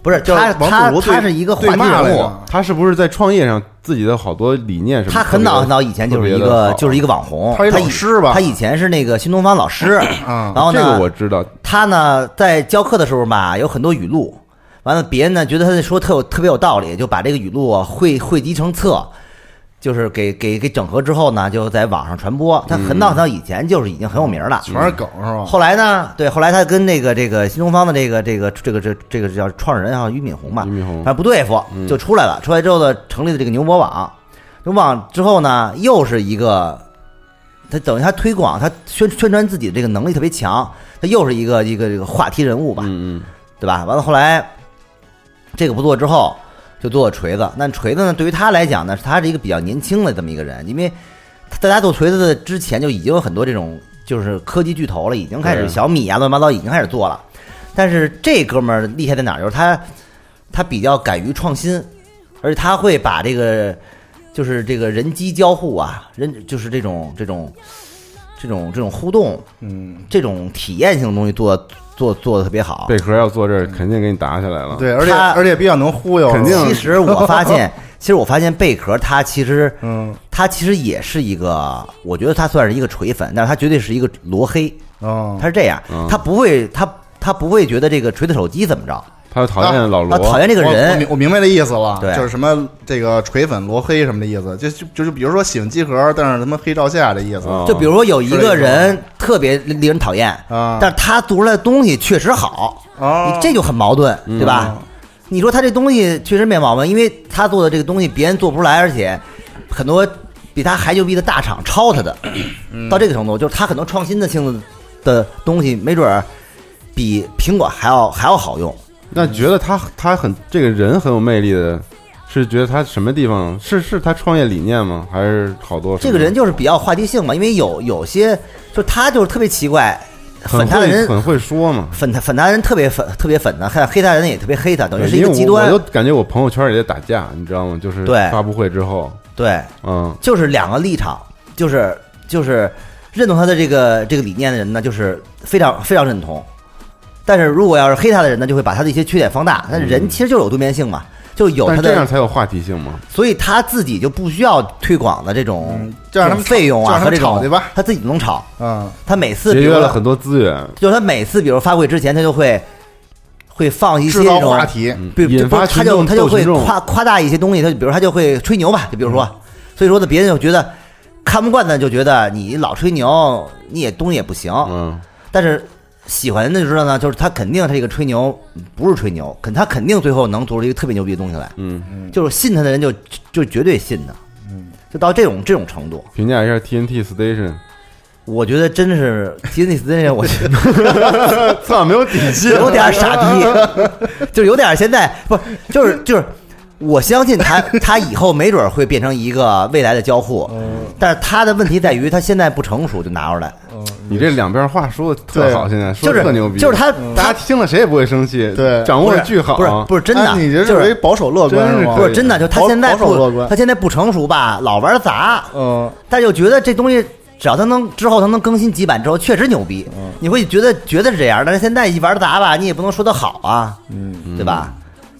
S4: 不是
S3: 叫
S4: 他
S3: 王
S4: 他
S3: 祖如对
S4: 他是一个话
S3: 对
S4: 题
S3: 骂来
S4: 人
S3: 着
S4: 物，，
S2: 他是不是在创业上自己的好多理念什么？
S4: 他很早很早以前就是一个就是一
S2: 个。
S4: 个网红，他
S3: 他是一老
S4: 以
S3: 师吧
S4: 他以前是那个新东方老师，
S3: 啊
S4: 然后
S2: 这个
S4: 呢
S2: 我，知道，
S4: 他呢在教课的时候吧，有很多语录，完了别人呢觉得他说特有特别有道理，就把这个语录啊汇汇集成册，就是给给给整合之后呢，就在网上传播。他很早很早以前就是已经很有名了。
S3: 全是梗嗯是吧？
S4: 后来呢？对，后来他跟那个这个新东方的这个这个这个这个这个叫创始人啊，俞敏洪吧，
S2: 俞敏洪
S4: 反正不对付，就出来了。出来之后呢，成立了这个牛博网。牛博网之后呢，又是一个他等于他推广他宣宣传自己的这个能力特别强，他又是一个一个这个话题人物吧，
S2: 嗯
S4: 对吧？完了后来这个不做之后，就做了锤子。那锤子呢，对于他来讲呢，是他是一个比较年轻的这么一个人，因为在他做锤子的之前就已经有很多这种就是科技巨头了，已经开始
S2: 对
S4: 小米啊乱七八糟已经开始做了。但是这哥们儿厉害在哪儿？就是他他比较敢于创新，而且他会把这个就是这个人机交互啊，人就是这种这种这种这种互动，
S3: 嗯，
S4: 这种体验性的东西做做做的特别好。
S2: 贝壳要坐这儿，肯定给你打起来了。，
S3: 对，而且
S4: 他
S3: 而且比较能忽悠，
S2: 肯定
S4: 其实我发现，其实我发现贝壳他其实
S3: 嗯
S4: 他其实也是一个，我觉得他算是一个锤粉，但是他绝对是一个罗黑，
S3: 哦
S4: 他，是这样
S2: 嗯，
S4: 他不会他他不会觉得这个锤子手机怎么着，
S2: 他讨厌老罗，
S4: 他啊讨厌这个
S3: 我我明
S4: 人
S3: 我明白这意思了，
S4: 对
S3: 就是什么这个锤粉罗黑什么的意思，就就就是比如说喜欢集合，但是他妈黑照下的意思，
S2: 哦
S4: 就比如说有一
S3: 是这
S4: 个
S3: 意思吗
S4: 人特别令人讨厌，
S3: 啊
S4: 但是他做出来的东西确实好，
S3: 哦
S4: 你这就很矛盾，对吧？你说他这东西确实没毛病，因为他做的这个东西别人做不出来，而且很多比他还牛逼的大厂抄他的，到这个程度，就是他很多创新的性的东西，没准儿比苹果还要还要好用。
S2: 那觉得他他很这个人很有魅力的，是觉得他什么地方是是他创业理念吗？还是好多
S4: 这个人就是比较话题性嘛，因为有有些就他就是特别奇怪，
S2: 很
S4: 粉他的
S2: 会
S4: 人
S2: 很会说嘛？
S4: 粉他粉他人特别粉，特别粉他，黑黑他人也特别黑他，等于是一
S2: 因为
S4: 个
S2: 我
S4: 极端
S2: 我。都感觉我朋友圈也在打架，你知道吗？就是
S4: 对
S2: 发布会之后，
S4: 对，
S2: 嗯，
S4: 就是两个立场，就是就是认同他的这个这个理念的人呢，就是非常非常认同。但是如果要是黑他的人呢，就会把他的一些缺点放大。但是人其实就是有多面性嘛，就有
S2: 但
S3: 嗯
S4: 他
S2: 是这样
S4: 的，
S2: 才有话题性嘛。
S4: 所以他自己就不需要推广的这种
S3: 嗯就让他们
S4: 这种费用
S3: 就
S4: 啊
S3: 让他
S4: 和
S3: 们
S4: 这种
S3: 吵去吧
S4: 他自己能炒。
S3: 嗯
S4: 他每次
S2: 节
S4: 比如
S2: 约
S4: 说
S2: 了很多资源，
S4: 就是他每次比如发布会之前，他就会会放一些
S3: 制造
S4: 这种嗯
S3: 话题，
S4: 对，
S2: 引
S4: 就不
S2: 发
S4: 他
S2: 群
S4: 就
S2: 众
S4: 他就
S2: 斗
S4: 会
S2: 群众嗯
S4: 夸夸大一些东西，他就比如他就会吹牛吧，就比如说，所以说呢，别人就觉得看不惯的就觉得你老吹牛，你也东西也不行。
S2: 嗯，
S4: 但是喜欢人的就知道呢，就是他肯定他这个吹牛不是吹牛，肯他肯定最后能做出一个特别牛逼的东西来。
S2: 嗯，
S4: 就是信他的人就就绝对信他，就到这种这种程度。
S2: 评价一下 TNT Station，
S4: 我觉得真是吉尼斯真是我觉得
S2: 操，没有底气，
S4: 有点傻逼，就是有点现在不是就是就是。我相信他，他以后没准会变成一个未来的交互，但是他的问题在于他现在不成熟，就拿出来，
S2: 你这两边话说的特好，
S3: 对
S2: 现在说
S4: 就
S2: 的
S4: 是
S2: 特牛逼，
S4: 就是他
S2: 大家听了谁也不会生气，
S3: 对
S2: 掌握
S4: 不
S2: 的
S4: 是
S2: 巨好，啊
S4: 不是不是真
S3: 哎
S4: 的，啊
S3: 你这
S4: 就是
S3: 为保守乐观
S2: 真是
S3: 吗？
S4: 不
S2: 可
S4: 是
S2: 以
S4: 真的，就他
S3: 保
S4: 现在
S3: 保守乐
S4: 不，
S3: 观
S4: 他现在不成熟吧，老玩砸，
S3: 嗯，
S4: 但又觉得这东西只要他能之后他能更新几版之后确实牛逼，你会觉得觉得是这样，但是现在一玩砸吧，你也不能说它好啊，嗯，对吧？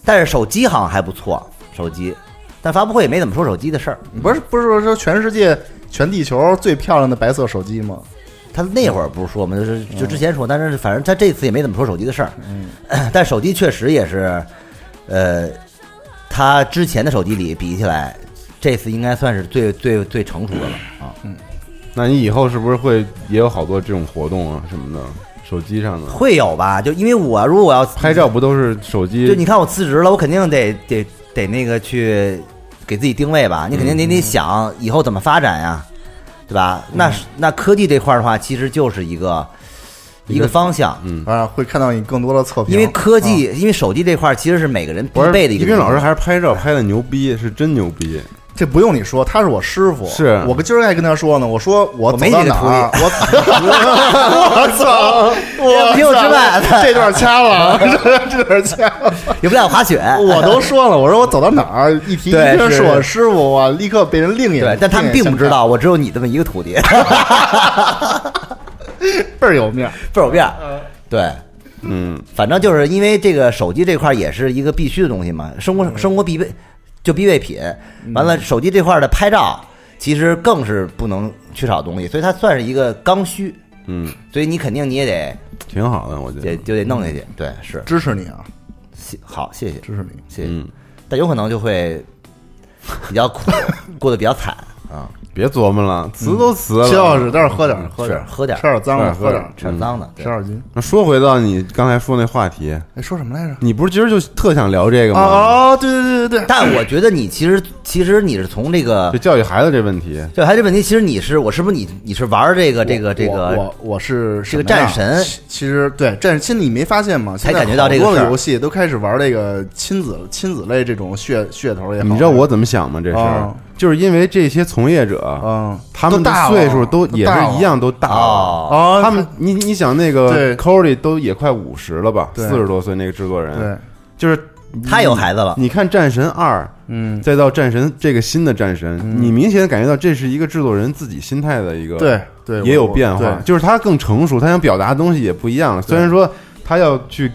S4: 但是手机好像还不错，手机，但发布会也没怎么说手机的事儿。
S3: 不是不是说全世界全地球最漂亮的白色手机吗？
S4: 他那会儿不是说嘛，就是就之前说，但是反正他这次也没怎么说手机的事儿。嗯， 但手机确实也是，呃，他之前的手机里比起来，这次应该算是最最最成熟的了啊。
S2: 那你以后是不是会也有好多这种活动啊什么的？手机上的
S4: 会有吧？就因为我如果我要
S2: 拍照，不都是手机？
S4: 就你看我辞职了，我肯定得得得那个去给自己定位吧。你肯
S2: 嗯
S4: 定得得想以后怎么发展呀，对吧？那是那科技这块儿的话，其实就是一个一
S2: 一个
S4: 个方向。
S2: 嗯，
S3: 啊，会看到你更多的测评，
S4: 因为科技，因为手机这块儿其实是每个人必
S2: 不是
S4: 备的一个
S2: 一斌
S4: 东西。
S2: 老师还是拍照拍的牛逼，是真牛逼。
S3: 啊这不用你说，他是我师傅，
S2: 是
S3: 我今儿还跟他说呢，我说我
S4: 我
S3: 走
S4: 没
S3: 到
S4: 你的
S3: 哪
S4: 徒弟
S3: 儿，我 我操，我
S4: 也不用
S3: 操
S4: 吃饭
S3: 这段掐了， 这段掐了，
S4: 也不带我滑雪，
S3: 我都说了，我说我走到哪儿一提一
S4: 对
S3: 听是
S4: 是
S3: 我师傅，哇，立刻被人另 眼，
S4: 对，但他们并不知道，我只有你这么一个徒弟，
S3: 倍儿有面儿，
S4: 不有变。对，
S2: 嗯，
S4: 反正就是因为这个手机这块儿也是一个必须的东西嘛，生活
S3: 嗯
S4: 生活必备就必备品。完了，手机这块儿的拍照其实更是不能缺少的东西，所以它算是一个刚需。
S2: 嗯，
S4: 所以你肯定你也得
S2: 挺好的，我觉得。
S4: 得就得弄下
S3: 嗯
S4: 去。对，是
S3: 支持你啊，
S4: 谢好，谢谢
S3: 支持你，
S4: 谢谢
S2: 嗯，，
S4: 但有可能就会比较苦， 过得比较惨啊，
S2: 别琢磨了，辞都辞
S4: 嗯
S3: 就
S2: 了。啊
S3: 是待会儿喝点儿，喝点
S4: 是
S3: 儿，
S4: 喝点儿
S3: 吃点儿脏的，
S2: 吃
S3: 喝
S2: 点儿
S3: 点儿，嗯
S4: 吃点脏的。
S3: 吃
S4: 对
S3: 点儿菌。
S2: 那说回到你刚才说那话题，
S3: 哎，说什么来着？
S2: 你不是今儿就特想聊这个吗？
S3: 啊，对对对对对，
S4: 但我觉得你其实其实你是从这个
S2: 就教育孩子这问题，
S4: 对，还有这问题，其实你是我是不是你你是玩这个这个这
S3: 我
S4: 个
S3: 我我是
S4: 这个
S3: 什么呀
S4: 战神
S3: 其其实对战神，其实你没发现吗？
S4: 才
S3: 现在
S4: 感觉到
S3: 好
S4: 这个
S3: 多
S4: 事
S3: 的
S4: 儿
S3: 游戏都开始玩这个亲子亲子类这种噱噱头
S4: 啊
S3: 也好，
S2: 你知道我怎么想吗？这事儿
S4: 哦
S3: 啊
S2: 就是因为这些从业者，
S3: 嗯，
S2: 他们
S3: 都大
S2: 的
S3: 了
S2: 岁数都也是一样，都大了。
S4: 哦，
S3: 啊，
S2: 他们，你你想那个
S3: 对
S2: Corey 都也快五十了吧，
S3: 对
S2: 四十多岁那个制作人，
S3: 对，
S2: 就是
S4: 他有孩子了，
S2: 你看《战神二》，
S3: 嗯，
S2: 再到《战神》这个新的《战神》，你明显感觉到这是一个制作人自己心态的一个，
S3: 对对，
S2: 也有
S3: 我
S2: 变化，，就是他更成熟，他想表达的东西也不一样了。虽然说他要去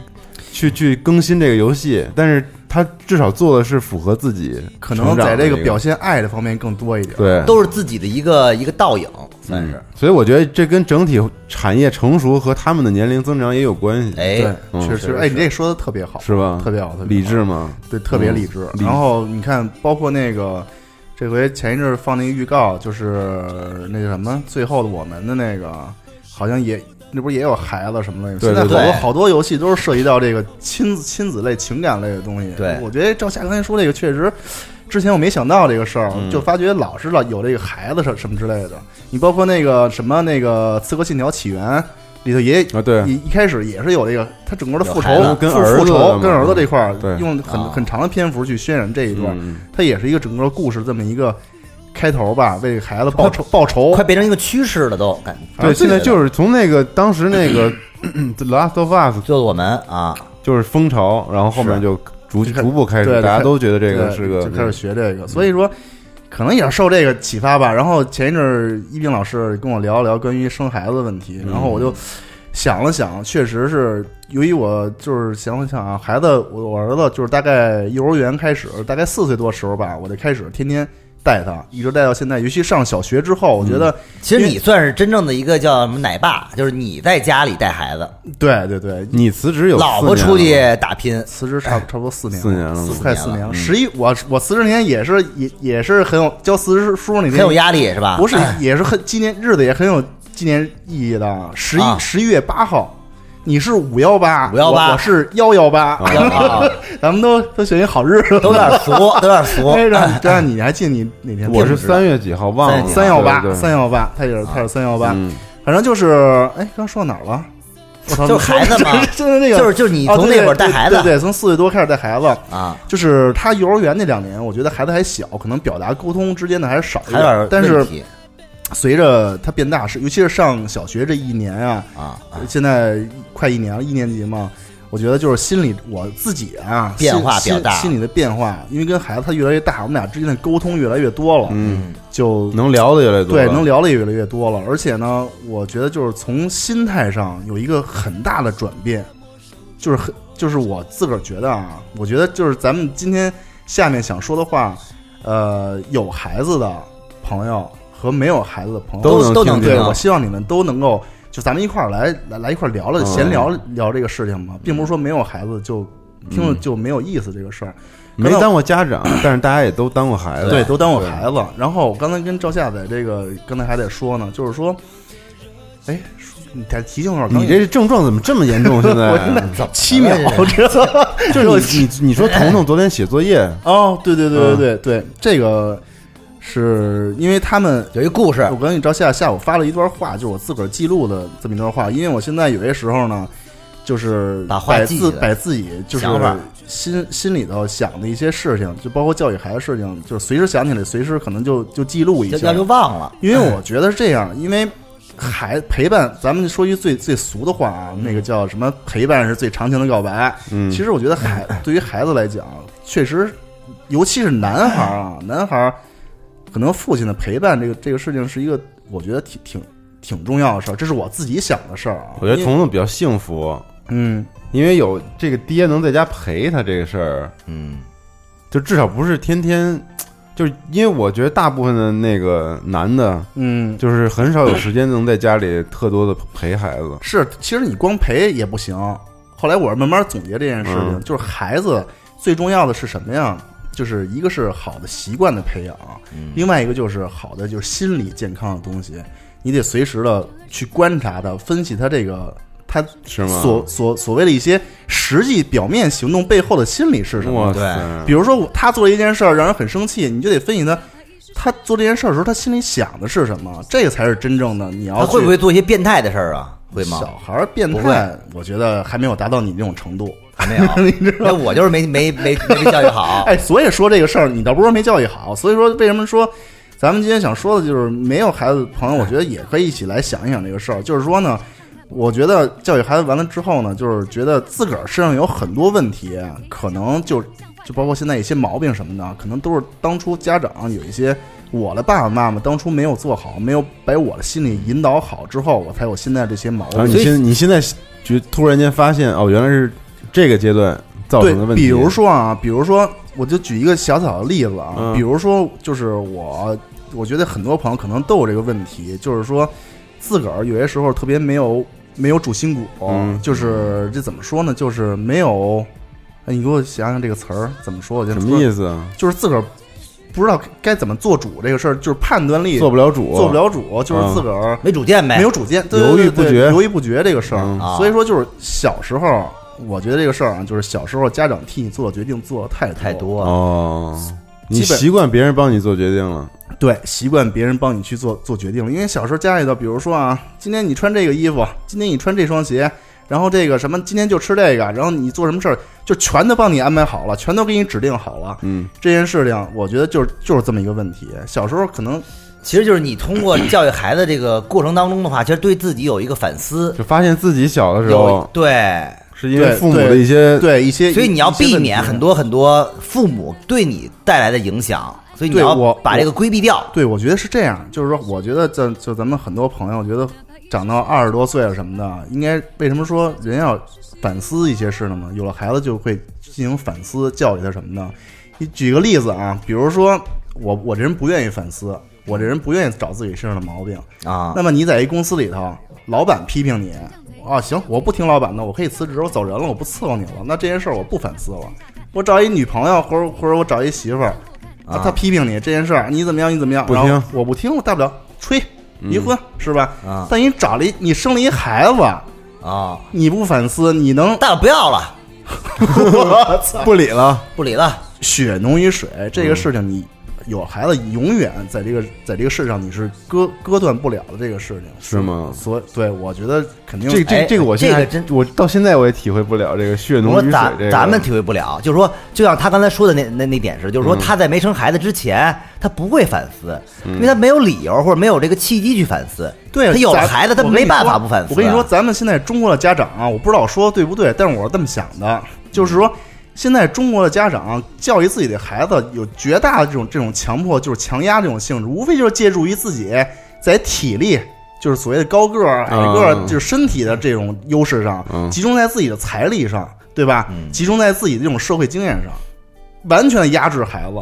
S2: 去去更新这个游戏，但是他至少做的是符合自己
S3: 对可
S2: 成
S3: 能
S2: 长
S3: 在
S2: 的
S3: 这
S2: 这
S3: 个表现爱的方面更多一点，
S2: 对
S4: 都是自己的一个一个倒影，算是
S2: 嗯。所以我觉得这跟整体产业成熟和他们的年龄增长也有关系，
S4: 哎，
S3: 对，
S2: 嗯
S3: 确
S2: 是
S3: 实，哎，你这说的特别好，
S2: 是吧？
S3: 特别好，特别好
S2: 理智嘛，
S3: 对，特别理智。
S2: 嗯理
S3: 然后你看，包括那个这回前一阵儿放那个预告，就是那个什么《最后的我们》的那个，好像也那不是也有孩子什么的。
S2: 对
S3: 现在好
S4: 对
S3: 多
S4: 对
S3: 好多游戏都是涉及到这个亲子亲子类、情感类的东西。
S4: 对
S3: 我觉得赵夏刚才说这个确实。之前我没想到这个事儿，
S2: 嗯
S3: 就发觉老是老有这个孩子什什么之类的。你包括那个什么那个《刺客信条：起源》里头也
S2: 啊，对，
S3: 一一开开始也是有这个，他整个的复
S4: 有孩
S3: 仇
S4: 子
S2: 跟
S3: 复
S2: 儿
S3: 复
S2: 子的
S3: 仇
S2: 嘛
S3: 跟儿子这块儿
S2: 对
S3: 用很
S4: 啊
S3: 很长的篇幅去渲染这一段，
S2: 嗯
S3: 它也是一个整个故事这么一个开头吧，为孩子报仇报仇
S4: 快，变成一个趋势了都，感觉
S2: 对，
S3: 啊
S2: 现在就是是从那个当时那 个 The Last of Us
S4: 就是我们啊，
S2: 就是风潮，然后后面就逐
S3: 就开
S2: 逐步开始，
S3: 对
S2: 大家都觉得这
S3: 对
S2: 个是个嗯
S3: 就开始学这个，所以说可能也是受这个启发吧。然后前一阵儿一冰老师跟我聊一聊关于生孩子的问题，然后我
S2: 嗯
S3: 就想了想，确实是由于我就是想了想啊，孩子，我我儿子就是大概幼儿园开始，大概四岁多时候吧，我就开始天天带他，一直带到现在。尤其上小学之后，我觉得
S4: 其实
S3: 因为
S4: 你算是真正的一个叫什么奶爸，就是你在家里带孩子，
S2: 嗯
S3: 对对对，
S2: 你辞职有
S4: 老
S2: 四
S4: 婆
S2: 年
S4: 出
S2: 了
S4: 去打拼，
S3: 辞职差不差不多四年了，
S2: 四年了嗯
S3: 四快
S4: 四
S3: 四
S4: 年
S3: 年了。十一我我辞职那天也是也也是很有交辞职书那
S4: 很
S3: 天
S4: 有压力是吧？
S3: 不是也是很纪念日子也很有纪念意义的。十
S4: 啊
S3: 一十一月八号，你是五幺八，
S4: 518
S3: 我我是幺幺八，
S4: 啊
S3: 咱们都都选一好日子。
S4: 都 有点俗，都有点俗。
S3: 哎，让让你还记得你哪天？
S2: 我是三月几号忘了
S3: 三幺八
S2: 对对
S3: 三幺八，他
S4: 啊
S3: 也是他是三幺八，
S2: 嗯
S3: 反正就是哎，刚说到哪儿了？我操，
S4: 就是孩子嘛
S3: 就是那个，
S4: 就是就是你
S3: 哦
S4: 从
S3: 对
S4: 那会儿
S3: 对
S4: 带孩子
S3: 对对，从四岁多开始带孩子
S4: 啊，
S3: 就是他幼儿园那两年，我觉得孩子还小，可能表达沟通之间的还是少一
S4: 还有点
S3: 点
S4: 问，
S3: 但是
S4: 题
S3: 随着他变大，是尤其是上小学这一年啊，
S4: 啊，
S3: 现在快一年了，一年级嘛，我觉得就是心里我自己啊
S4: 变化
S3: 心
S4: 比较大
S3: 心心里的变化，因为跟孩子他越来越大，我们俩之间的沟通越来越多了，
S2: 嗯，
S3: 就
S2: 能聊的越来越多了，
S3: 对，能聊的也越来越多了，而且呢，我觉得就是从心态上有一个很大的转变，就是很，就是我自个儿觉得啊，我觉得就是咱们今天下面想说的话，呃，有孩子的朋友和没有孩子的朋友，
S2: 都
S4: 都能
S2: 能听
S3: 对
S2: 见
S4: 听
S3: 我希望你们都能够，就咱们一块儿来来来一块儿聊聊，
S2: 嗯
S3: 闲聊聊这个事情嘛，并不是说没有孩子就听了就没有意思这个事儿，
S2: 没
S3: 刚才
S2: 当过家长，但是大家也都当过孩子，
S3: 对，都当我孩子。然后我刚才跟赵夏在这个刚才还在说呢，就是说，哎，说你再提醒我一下，刚才
S2: 你这症状怎么这么严重？现
S3: 我真的
S2: 在
S4: 啊怎么
S3: 七秒，
S4: 了
S3: 知道吗？
S2: 就是你你你说彤彤昨天写作业，
S3: 哦，对对对对
S4: 嗯
S3: 对对，这个是因为他们。
S4: 有一故事
S3: 我跟你赵夏下午发了一段话，就是我自个儿记录的这么一段话，因为我现在有些时候呢，就是
S4: 把话
S3: 摆
S4: 记
S3: 自
S4: 下来
S3: 摆自己就是
S4: 想法
S3: 心心里头想的一些事情，就包括教育孩子的事情，就是随时想起来，随时可能就就记录一
S4: 要
S3: 下，
S4: 要就忘了，
S3: 因为我觉得是这样，因为孩陪伴，咱们说句最最俗的话啊，那个叫什么？陪伴是最长情的告白。
S2: 嗯
S3: 其实我觉得孩对于孩子来讲，确实，尤其是男孩儿啊，男孩儿可能父亲的陪伴这个这个事情是一个，我觉得挺挺挺重要的事儿，这是我自己想的事儿啊。
S2: 我觉得
S3: 因为
S2: 彤彤比较幸福，
S3: 嗯，
S2: 因为有这个爹能在家陪他这个事儿，
S4: 嗯，
S2: 就至少不是天天，就是因为我觉得大部分的那个男的，
S3: 嗯，
S2: 就是很少有时间能在家里特多的陪孩子。
S3: 是，其实你光陪也不行。后来我是慢慢总结这件事情，
S2: 嗯
S3: 就是孩子最重要的是什么呀？就是一个是好的习惯的培养，
S2: 嗯
S3: 另外一个就是好的就是心理健康的东西，你得随时的去观察他，分析他这个他
S2: 是吗
S3: 所所所谓的一些实际表面行动背后的心理是什么？
S2: 哇
S4: 对
S2: 塞！
S3: 比如说我他做了一件事儿让人很生气，你就得分析他。他做这件事儿的时候，他心里想的是什么？这个才是真正的你要
S4: 他会
S3: 去
S4: 不会做一些变态的事儿啊？会吗？
S3: 小孩儿变
S4: 不
S3: 态，我觉得还没有达到你这种程度。
S4: 还没有， 那我就是没没没没被教育好。
S3: 哎，所以说这个事儿，你倒不是说没教育好，所以说为什么说咱们今天想说的就是没有孩子的朋友，我觉得也可以一起来想一想这个事儿。就是说呢，我觉得教育孩子完了之后呢，就是觉得自个儿身上有很多问题，可能就就包括现在一些毛病什么的，可能都是当初家长有一些。我的爸爸妈妈当初没有做好，没有把我的心理引导好之后，我才有现在这些毛病。
S2: 然后啊你
S4: 所以
S2: 现你现在觉突然间发现哦，原来是这个阶段造
S3: 对
S2: 成的，问题。
S3: 比如说啊，比如说，我就举一个小小的例子啊，
S2: 嗯
S3: 比如说，就是我，我觉得很多朋友可能都有这个问题，就是说，自个儿有些时候特别没有没有主心骨，
S2: 嗯
S3: 就是这怎么说呢？就是没有，哎，你给我想想这个词儿怎么说？我就
S2: 什么意
S3: 思？
S2: 思啊？
S3: 就是自个儿不知道该怎么做主这个事儿，就是判断力
S2: 做不了主，
S3: 做不了主，就是
S2: 嗯
S3: 自个儿
S4: 没主见呗，
S3: 没有主见，对
S2: 犹豫
S3: 对对
S2: 不决
S3: 犹豫不决这个事儿。
S2: 嗯
S4: 啊
S3: 所以说，就是小时候，我觉得这个事儿啊，就是小时候家长替你做的决定做的太多
S4: 太。多了。
S2: 哦。你
S3: 基本
S2: 习惯别人帮你做决定了，
S3: 对，习惯别人帮你去做做决定了，因为小时候家里头，比如说啊，今天你穿这个衣服，今天你穿这双鞋，然后这个什么，今天就吃这个，然后你做什么事儿，就全都帮你安排好了，全都给你指定好了。
S2: 嗯，
S3: 这件事情，我觉得就是就是这么一个问题。小时候可能
S4: 其实就是你通过教育孩子这个过程当中的话，其实对自己有一个反思，
S2: 就发现自己小的时
S4: 有
S3: 哦
S2: 候
S4: 对，
S2: 是因为
S3: 对
S2: 父母
S3: 对
S2: 的一些
S3: 对一些，
S4: 所以你要
S3: 一些
S4: 避
S3: 问题
S4: 免很多很多父母对你带来的影响，所以你
S3: 对
S4: 要
S3: 我
S4: 把这个规避掉。
S3: 对，我觉得是这样，就是说，我觉得咱就咱们很多朋友觉得长到二十多岁了什么的，应该为什么说人要反思一些事呢嘛？有了孩子就会进行反思、教育他什么的。你举个例子啊，比如说我我这人不愿意反思，我这人不愿意找自己身上的毛病。
S4: 啊
S3: 那么你在一公司里头，老板批评你，啊，行，我不听老板的，我可以辞职，我走人了，我不伺候你了。那这件事儿我不反思了，我找一女朋友，或者或者我找一媳妇儿，啊，她批评你这件事儿，你怎么样，你怎么样，
S2: 不
S3: 然后
S2: 听嗯
S3: 我不听，我大不了吹离婚、是吧？
S4: 啊
S3: 但你找了一，你生了一孩子，
S4: 啊，
S3: 你不反思，你能
S4: 大了不要 了，
S3: 我操，
S2: 不理了，
S4: 不理了，
S3: 血浓于水这个事
S2: 嗯
S3: 情你。有孩子，永远在这个在这个世上你是割割断不了的这个事情，
S2: 是吗
S3: 所以对我觉得肯定
S2: 这这
S4: 哎
S2: 这个我现在
S4: 这个
S2: 还我到现在我也体会不了这个血浓
S4: 我
S2: 于水
S4: 咱
S2: 这个。
S4: 咱们体会不了，就是说，就像他刚才说的那那那点是，就是
S3: 嗯
S4: 说他在没生孩子之前，他不会反思，因为他没有理由或者没有这个契机去反思。
S3: 对，啊
S4: 他有了
S3: 咱
S4: 孩子，他
S3: 我跟你
S4: 没办法
S3: 说
S4: 不反思。啊
S3: 我跟你说，，咱们现在中国的家长啊，我不知道我说的对不对，但是我是这么想的，就是说，现在中国的家长啊教育自己的孩子，有绝大的这种这种强迫，就是强压这种性质，无非就是借助于自己在体力。就是所谓的高个儿、矮个儿，
S2: 嗯
S3: 就是身体的这种优势上，
S2: 嗯
S3: 集中在自己的财力上，对吧？
S4: 嗯
S3: 集中在自己的这种社会经验上，完全压制孩子。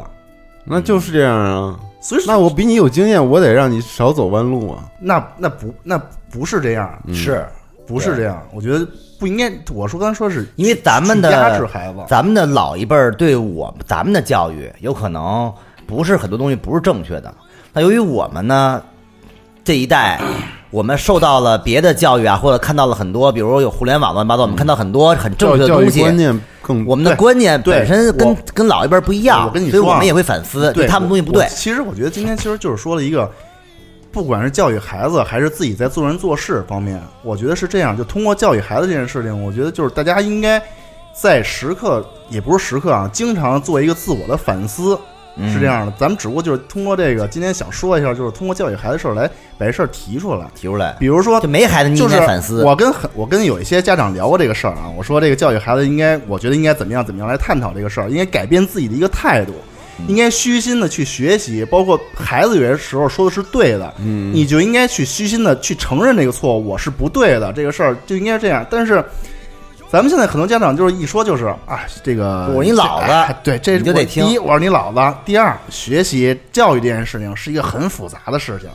S2: 那就是这样啊。
S3: 所以说
S2: 那我比你有经验，我得让你少走弯路啊。
S3: 那那不那不是这样，
S4: 是
S3: 不是这样，我觉得不应该。我说刚才说是
S4: 因为咱们的
S3: 去压制孩子，
S4: 咱们的老一辈儿对我咱们的教育，有可能不是很多东西不是正确的。那由于我们呢这一代，我们受到了别的教育啊，或者看到了很多，比如说有互联网乱七八糟，我
S3: 嗯
S4: 们看到很多很正
S2: 教
S4: 确的
S2: 教育
S4: 东西。
S2: 观念更
S4: 我们的观念
S3: 对
S4: 本身跟
S3: 我
S4: 跟老一辈儿不一样，
S3: 我跟你
S4: 所以
S3: 说啊
S4: 我们也会反思，
S3: 对
S4: 他们东西不
S3: 我
S4: 对
S3: 我。其实我觉得今天其实就是说了一个，不管是教育孩子还是自己在做人做事方面，我觉得是这样。就通过教育孩子这件事情，我觉得就是大家应该在时刻，也不是时刻啊，经常做一个自我的反思。
S4: 嗯
S3: 是这样的，咱们只不过就是通过这个，今天想说一下，就是通过教育孩子的事儿来把这事儿提出来。
S4: 提出来，
S3: 比如说，
S4: 就没孩子，你
S3: 就
S4: 应
S3: 是
S4: 该反思。
S3: 我跟很我跟有一些家长聊过这个事儿啊，我说这个教育孩子应该，我觉得应该怎么样怎么样来探讨这个事儿，应该改变自己的一个态度，
S4: 嗯
S3: 应该虚心的去学习，包括孩子有些时候说的是对的，嗯，你就应该去虚心的去承认这个错误，我是不对的，这个事儿就应该这样。但是咱们现在很多家长就是一说就是啊，这个
S4: 我你老子
S3: 哎对，这
S4: 你就得
S3: 我
S4: 听
S3: 第一，我是你老子；第二，学习教育这件事情是一个很复杂的事情，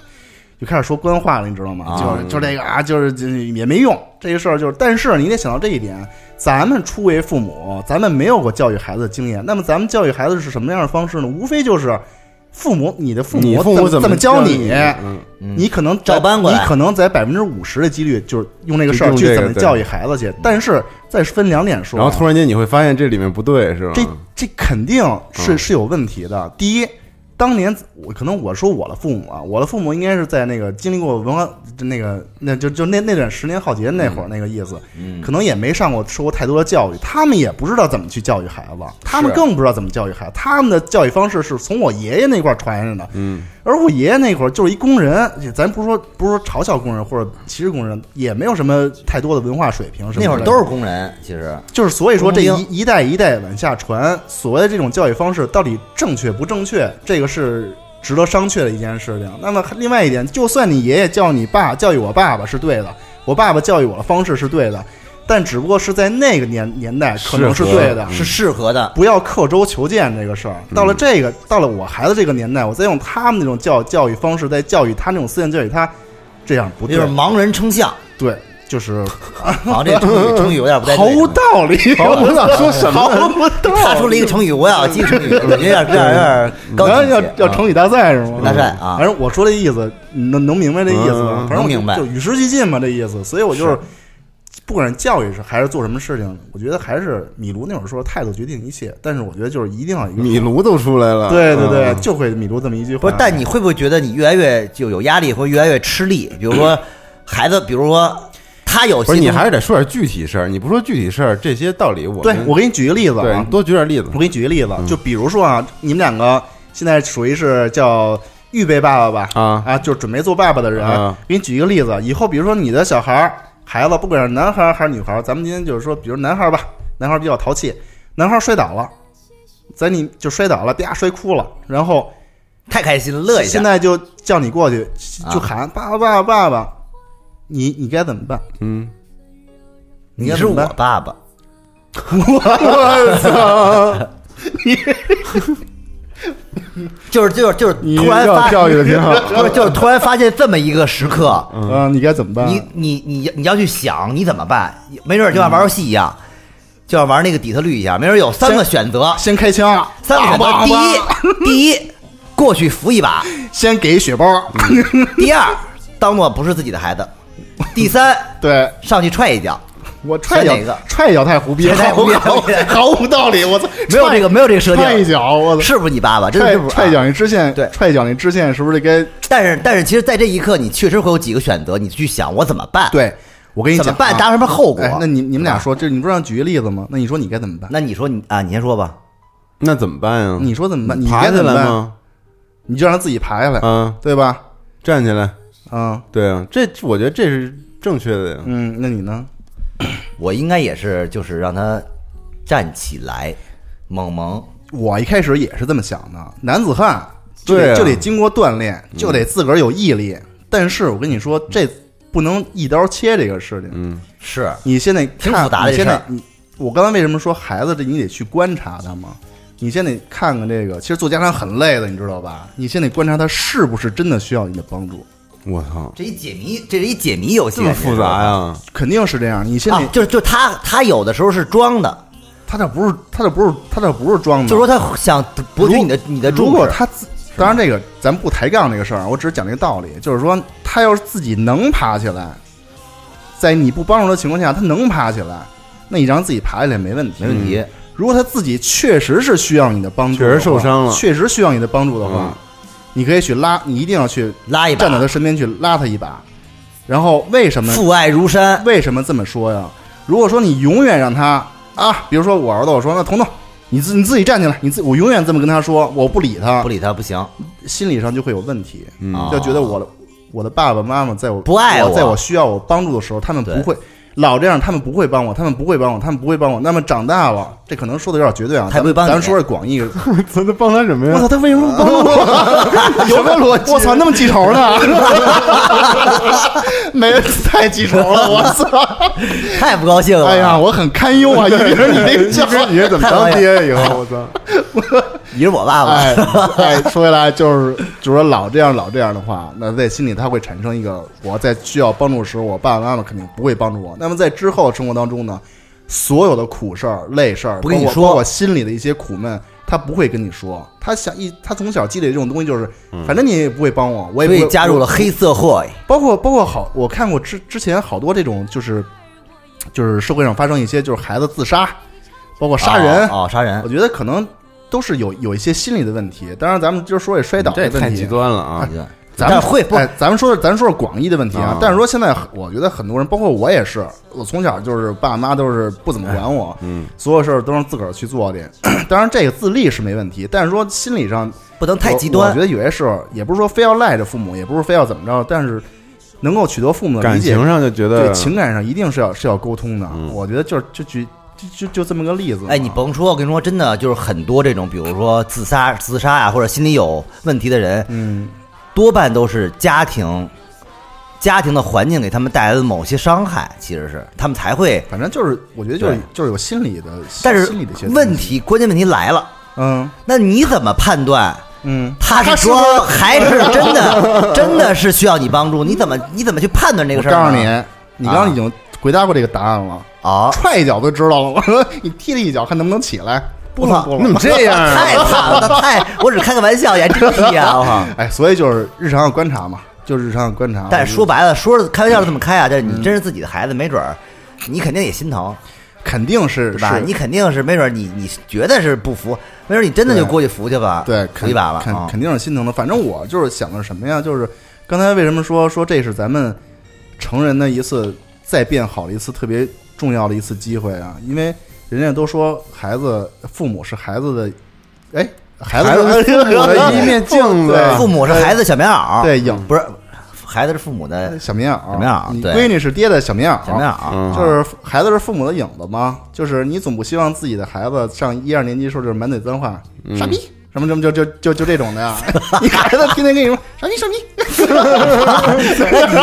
S3: 就开始说官话了，你知道吗？就是就这个啊，就是就也没用这个事儿，就是但是你得想到这一点，咱们初为父母，咱们没有过教育孩子的经验，那么咱们教育孩子是什么样的方式呢？无非就是。父母，你的父
S2: 你
S3: 母
S2: 父母
S3: 怎
S2: 怎么
S3: 教
S2: 教
S3: 你？
S2: 你嗯
S3: 你可能
S4: 照搬过来
S3: 你可能在百分之五十的几率就是用这个事儿
S2: 就用
S3: 去
S2: 这
S3: 怎
S2: 个
S3: 么
S2: 对嗯
S3: 教育孩子去。但是再分两点说啊，
S2: 然后突然间你会发现这里面不对，是吧？
S3: 这这肯定是、
S2: 嗯
S3: 是有问题的。第一，当年我可能我说我的父母啊，我的父母应该是在那个经历过文化那个那就就那那段十年浩劫那
S2: 嗯
S3: 会儿那个意思，可能也没上过受过太多的教育，他们也不知道怎么去教育孩子，他们更不知道怎么教育孩子，他们的教育方式是从我爷爷那块儿传下来的，嗯，而我爷爷那会儿就是一工人，也咱不是说不是说嘲笑工人或者歧视工人，也没有什么太多的文化水平什么
S4: 那会儿
S3: 之类
S4: 都是
S3: 的
S4: 工人，其实
S3: 就是所以说这
S4: 工
S3: 一一代一代往下传，所谓的这种教育方式到底正确不正确，这个是值得商榷的一件事情。那么另外一点，就算你爷爷教你爸教育我爸爸是对的，我爸爸教育我的方式是对的，但只不过是在那个年年代可能
S2: 适
S3: 是
S2: 合
S3: 对的，
S4: 是适合的。
S3: 不要刻舟求剑这个事儿。到了这个，到了我孩子这个年代，我再用他们那种教教育方式在教育他那种思想教育他，这样不对
S4: 就是，盲人称象，
S3: 对，就是
S4: 好，这个成 语成语有点不太
S3: 毫
S4: 对
S3: 无道理，
S2: 毫无道理说什么呢
S3: 毫无道理，
S4: 他说了一个成语，我也要记成语，有点有点有点高
S3: 嗯然后
S4: 级一些啊
S3: 要要成语大赛是吗？
S4: 大赛啊
S3: 反正我说这意思，你能能明白这意思吗
S2: 嗯？
S3: 反正我
S4: 能明白
S3: 就与时俱进嘛，这意思。所以我就是，不管是教育是还是做什么事情，我觉得还是米卢那会儿说态度决定一切。但是我觉得就是一定要有一个
S2: 米，卢都出来了，
S3: 对对对，
S2: 嗯
S3: 就会米卢这么一句话。
S4: 不是，但你会不会觉得你越来越就有压力，或者越来越吃力？比如说孩子，比如说他有
S2: 不是
S4: 些
S2: 你
S4: 东
S2: 还是得说点具体事儿，你不说具体事儿，这些道理我
S3: 对
S2: 们
S3: 我给你举个例子
S2: 对
S3: 啊
S2: 你，多举点例子
S3: 我，给你举个例
S4: 嗯
S3: 子，就比如说啊，你们两个现在属于是叫预备爸爸吧？
S2: 啊
S3: 就是准备做爸爸的人。
S2: 啊
S3: 给你举一个例子，以后比如说你的小孩儿、孩子，不管是男孩儿还是女孩儿，咱们今天就是说，比如男孩儿吧，男孩儿比较淘气，男孩儿摔倒了，在你就摔倒了，啪摔哭了，然后
S4: 太开心了，乐一下
S3: 现。在就叫你过去，就
S4: 啊
S3: 喊爸爸爸爸爸爸，你你该怎么办？
S2: 嗯，
S4: 你是我
S3: 你该怎么办
S4: 爸爸，
S2: 我操，
S4: 就是就是就是
S3: 你
S4: 突然
S3: 让
S4: 发，
S3: 我跳跃得挺 好
S4: 不是就是突然发现这么一个时刻，
S3: 啊，你该怎么办？
S4: 你你你你要去想你怎么办，没准就像玩游戏一样，就像玩那个底特律一样，没准有三个选择，
S3: 先开枪，
S4: 三个选择，
S3: 叭叭叭
S4: 第一第一过去扶一把，
S3: 先给血包，
S4: 第二当做不是自己的孩子，第三
S3: 对
S4: 上去踹一脚，
S3: 我踹一
S4: 选哪
S3: 脚
S4: 个，
S3: 踹一脚太胡逼，
S4: 太胡逼了
S3: 毫无毫无道理，我操，
S4: 没有这个没有这个设
S3: 踹一
S4: 定，
S3: 脚，我操，
S4: 是不是你爸爸？真的
S3: 踹
S4: 是不是
S3: 踹一
S4: 啊？
S3: 脚那支线，
S4: 对
S3: 踹一脚那支线是不是得该？
S4: 但是但是其实，在这一刻，你确实会有几个选择，你去想我怎么办？，
S3: 对，我跟你
S4: 怎
S3: 讲
S4: 么
S3: 啊，
S4: 办？达成什么后果
S3: 哎？，那你你们俩说，这你不是让举个例子吗？那你说你该怎么办？
S4: 那你说你啊，你先说吧。
S2: 那怎么办呀？
S3: 你说怎么办？你
S2: 爬
S3: 该
S2: 起
S3: 怎么
S2: 来
S3: 办？
S2: 吗？
S3: 你就让自己爬下来，
S2: 啊，
S3: 对吧？
S2: 站起来，
S3: 嗯
S2: 对啊，这我觉得这是正确的呀。
S3: 嗯，那你呢？
S4: 我应该也是，就是让他站起来，猛萌。
S3: 我一开始也是这么想的，男子汉就
S2: 对
S3: 得、
S2: 啊
S3: 就得经过锻炼，就得自个儿有毅力。但是我跟你说，这不能一刀切这个事情。
S2: 嗯，
S4: 是
S3: 你现在
S4: 挺
S3: 看
S4: 复杂的
S3: 你
S4: 这
S3: 现
S4: 事
S3: 在
S4: 儿
S3: 你，我刚才为什么说孩子这你得去观察他吗？你先得看看这个，其实做家长很累的，你知道吧？你先得观察他是不是真的需要你的帮助，
S2: 我操，
S4: 这一解谜，这是一解谜游戏，
S2: 这么复杂呀、
S3: 肯定是这样。你先得，
S4: 啊！就就他他有的时候是装的，
S3: 他这不是他这不是他这不是装的，
S4: 就说他想博取你的你的注视
S3: 嗯如果他自，当然这个咱不抬杠这个事儿啊，我只是讲这个道理，就是说他要是自己能爬起来，在你不帮助的情况下，他能爬起来，那你让自己爬起来没问题，嗯
S4: 没问题。
S3: 如果他自己确实是需要你的帮助的
S2: 确
S3: 话，
S2: 实受伤了
S3: 确实需要你的帮助的话，你可以去拉，你一定要去
S4: 嗯拉一把
S3: 站到他身边去拉他一把。然后为什么
S4: 父爱如山，
S3: 为什么这么说呀？如果说你永远让他啊，比如说我儿子，我说那彤彤，你自你自己站起来，你自我永远这么跟他说，我不理他
S4: 不，理他不行，
S3: 心理上就会有问题，
S2: 嗯
S4: 啊
S3: 嗯就觉得我的我的爸爸妈妈在我
S4: 不爱
S3: 我，
S4: 我
S3: 在我需要我帮助的时候，他们
S4: 对
S3: 不会老这样，他们不会帮我，他们不会帮我，他们不会帮我。那么长大了，这可能说的有点绝对啊，
S4: 他也不会帮
S3: 咱
S4: 你
S3: 咱说是 广义。
S2: 咱他帮他什么
S3: 我操，？他为什么不帮我？有个逻辑？我操，那么记仇 呢？没太记仇了，我操！
S4: 太不高兴了。
S3: 哎呀，，我很堪忧啊，一鸣，你这个
S2: 你
S3: 叫
S2: 说你是怎么当爹以后？我操，
S4: 你是我爸爸，
S3: 哎哎，说回来就是，就是说老这样老这样的话，那在心里他会产生一个，我在需要帮助时，我爸爸妈妈肯定不会帮助我。那么在之后的生活当中呢，所有的苦事儿、累事儿，
S4: 不跟你
S3: 包括
S4: 说
S3: 包括心里的一些苦闷，他不会跟你说。他想一，他从小积累这种东西，就是反正你也不会帮我，我也
S4: 所
S3: 不
S4: 以
S3: 会
S4: 加入了黑社会。
S3: 包括包括好，我看过之之前好多这种，就是就是社会上发生一些就是孩子自杀，包括杀人，
S4: 哦，哦杀人
S3: 我，觉得可能都是有有一些心理的问题。当然，咱们今儿说这摔倒
S2: 这
S3: 的
S2: 也太
S3: 问
S2: 极
S3: 题，哎
S2: 端了啊！
S3: 咱们
S4: 哦但会不
S3: 哎，咱们说的咱说是广义的问题啊。
S2: 啊
S3: 但是说现在我觉得很多人，包括我也是，我从小就是爸妈都是不怎么管我，
S2: 嗯，
S3: 所有事儿都是自个儿去做的。 当然，这个自立是没问题，但是说心理上
S4: 不能太
S3: 我
S4: 极
S3: 我
S4: 端
S3: 觉。得有些时候也不是说非要赖着父母，也不是非要怎么着，但是能够取得父母的
S2: 感
S3: 理解，
S2: 情上就觉
S3: 对
S2: 得
S3: 情感上一定是要是要沟通的。
S2: 嗯
S3: 我觉得就是就举就就就这么个例子嘛。
S4: 哎，你甭说，我跟你说，真的就是很多这种，比如说自杀、自杀啊，或者心理有问题的人，
S3: 嗯，
S4: 多半都是家庭、家庭的环境给他们带来的某些伤害，其实是他们才会。
S3: 反正就是我觉得就是
S4: 对
S3: 就是有心理的，
S4: 但是
S3: 心理的一些
S4: 问
S3: 东西，
S4: 题，关键问题来了，
S3: 嗯
S4: 那你怎么判断
S3: 嗯，
S4: 他是
S3: 说
S4: 装还是真的？真的是需要你帮助？你怎么你怎么去判断这个
S3: 我
S4: 事儿呢？
S3: 告诉你，你刚刚已经回答过这个答案了，
S4: 啊，
S3: 踹一脚都知道了。我说你踢他一脚，看能不能起来。不
S4: 我操
S3: 能不
S2: 你怎
S3: 能
S2: 么 这样啊？
S4: 太惨了，太我只开个玩笑，也真踢 啊！我靠！
S3: 哎，所以就是日常要观察嘛，啊就是日常要观察。
S4: 但是说白了，说是开玩笑是这么开啊，但是你真是自己的孩子，没准儿你肯定也心疼，
S3: 肯定是
S4: 对吧？
S3: 是
S4: 你肯定是没准儿你你觉得是不服，没准儿你真的就
S3: 对
S4: 过去服去吧，
S3: 对，
S4: 服一把吧，
S3: 肯
S4: 啊
S3: 肯定是心疼的。反正我就是想的是什么呀？就是刚才为什么说说这是咱们成人的一次再变好的一次特别重要的一次机会啊？因为人家都说孩子父母是孩子的，哎，孩子
S2: 孩子是父母的一面镜子
S3: 对
S4: 父母是孩子的小棉袄，
S3: 对影
S4: 不是孩子是父母的
S3: 小棉袄，
S4: 啊小棉袄
S3: 你
S4: 对
S3: 闺女是爹的小棉袄，
S4: 小棉袄，
S2: 嗯
S4: 啊
S3: 就是孩子是父母的影子嘛，就是你总不希望自己的孩子上一二年级的时候就是满嘴脏话，傻逼什么什么就就就就这种的呀， 你孩子天天跟你说傻逼傻 逼，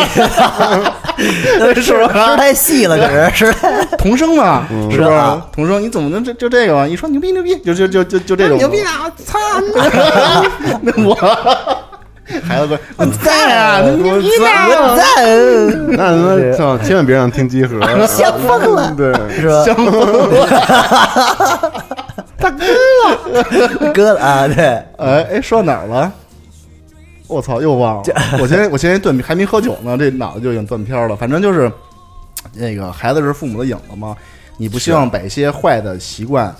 S4: 吃吃太细了，可是是
S3: 是童声嘛，是
S4: 是
S3: 吧
S4: 啊？
S3: 童声，你怎么能就就这个嘛？一说牛逼牛逼，就就就就就这种
S4: 牛逼啊！操，
S3: 那我 孩子说你在啊，那牛逼
S4: 我
S3: 呢？
S2: 那
S4: 赞，
S2: 他妈操，千万别让听集合，
S4: 想疯 了，
S2: 对，
S4: 是吧？
S3: 嗯香 吗？啊
S4: 哥啊，对，
S3: 哎哎，说到哪儿了？我操，又忘了。我前我前天断片还没喝酒呢，这脑子就已经断片儿了。反正就是那个孩子是父母的影子嘛，你不希
S2: 啊
S3: 望把一些坏的习惯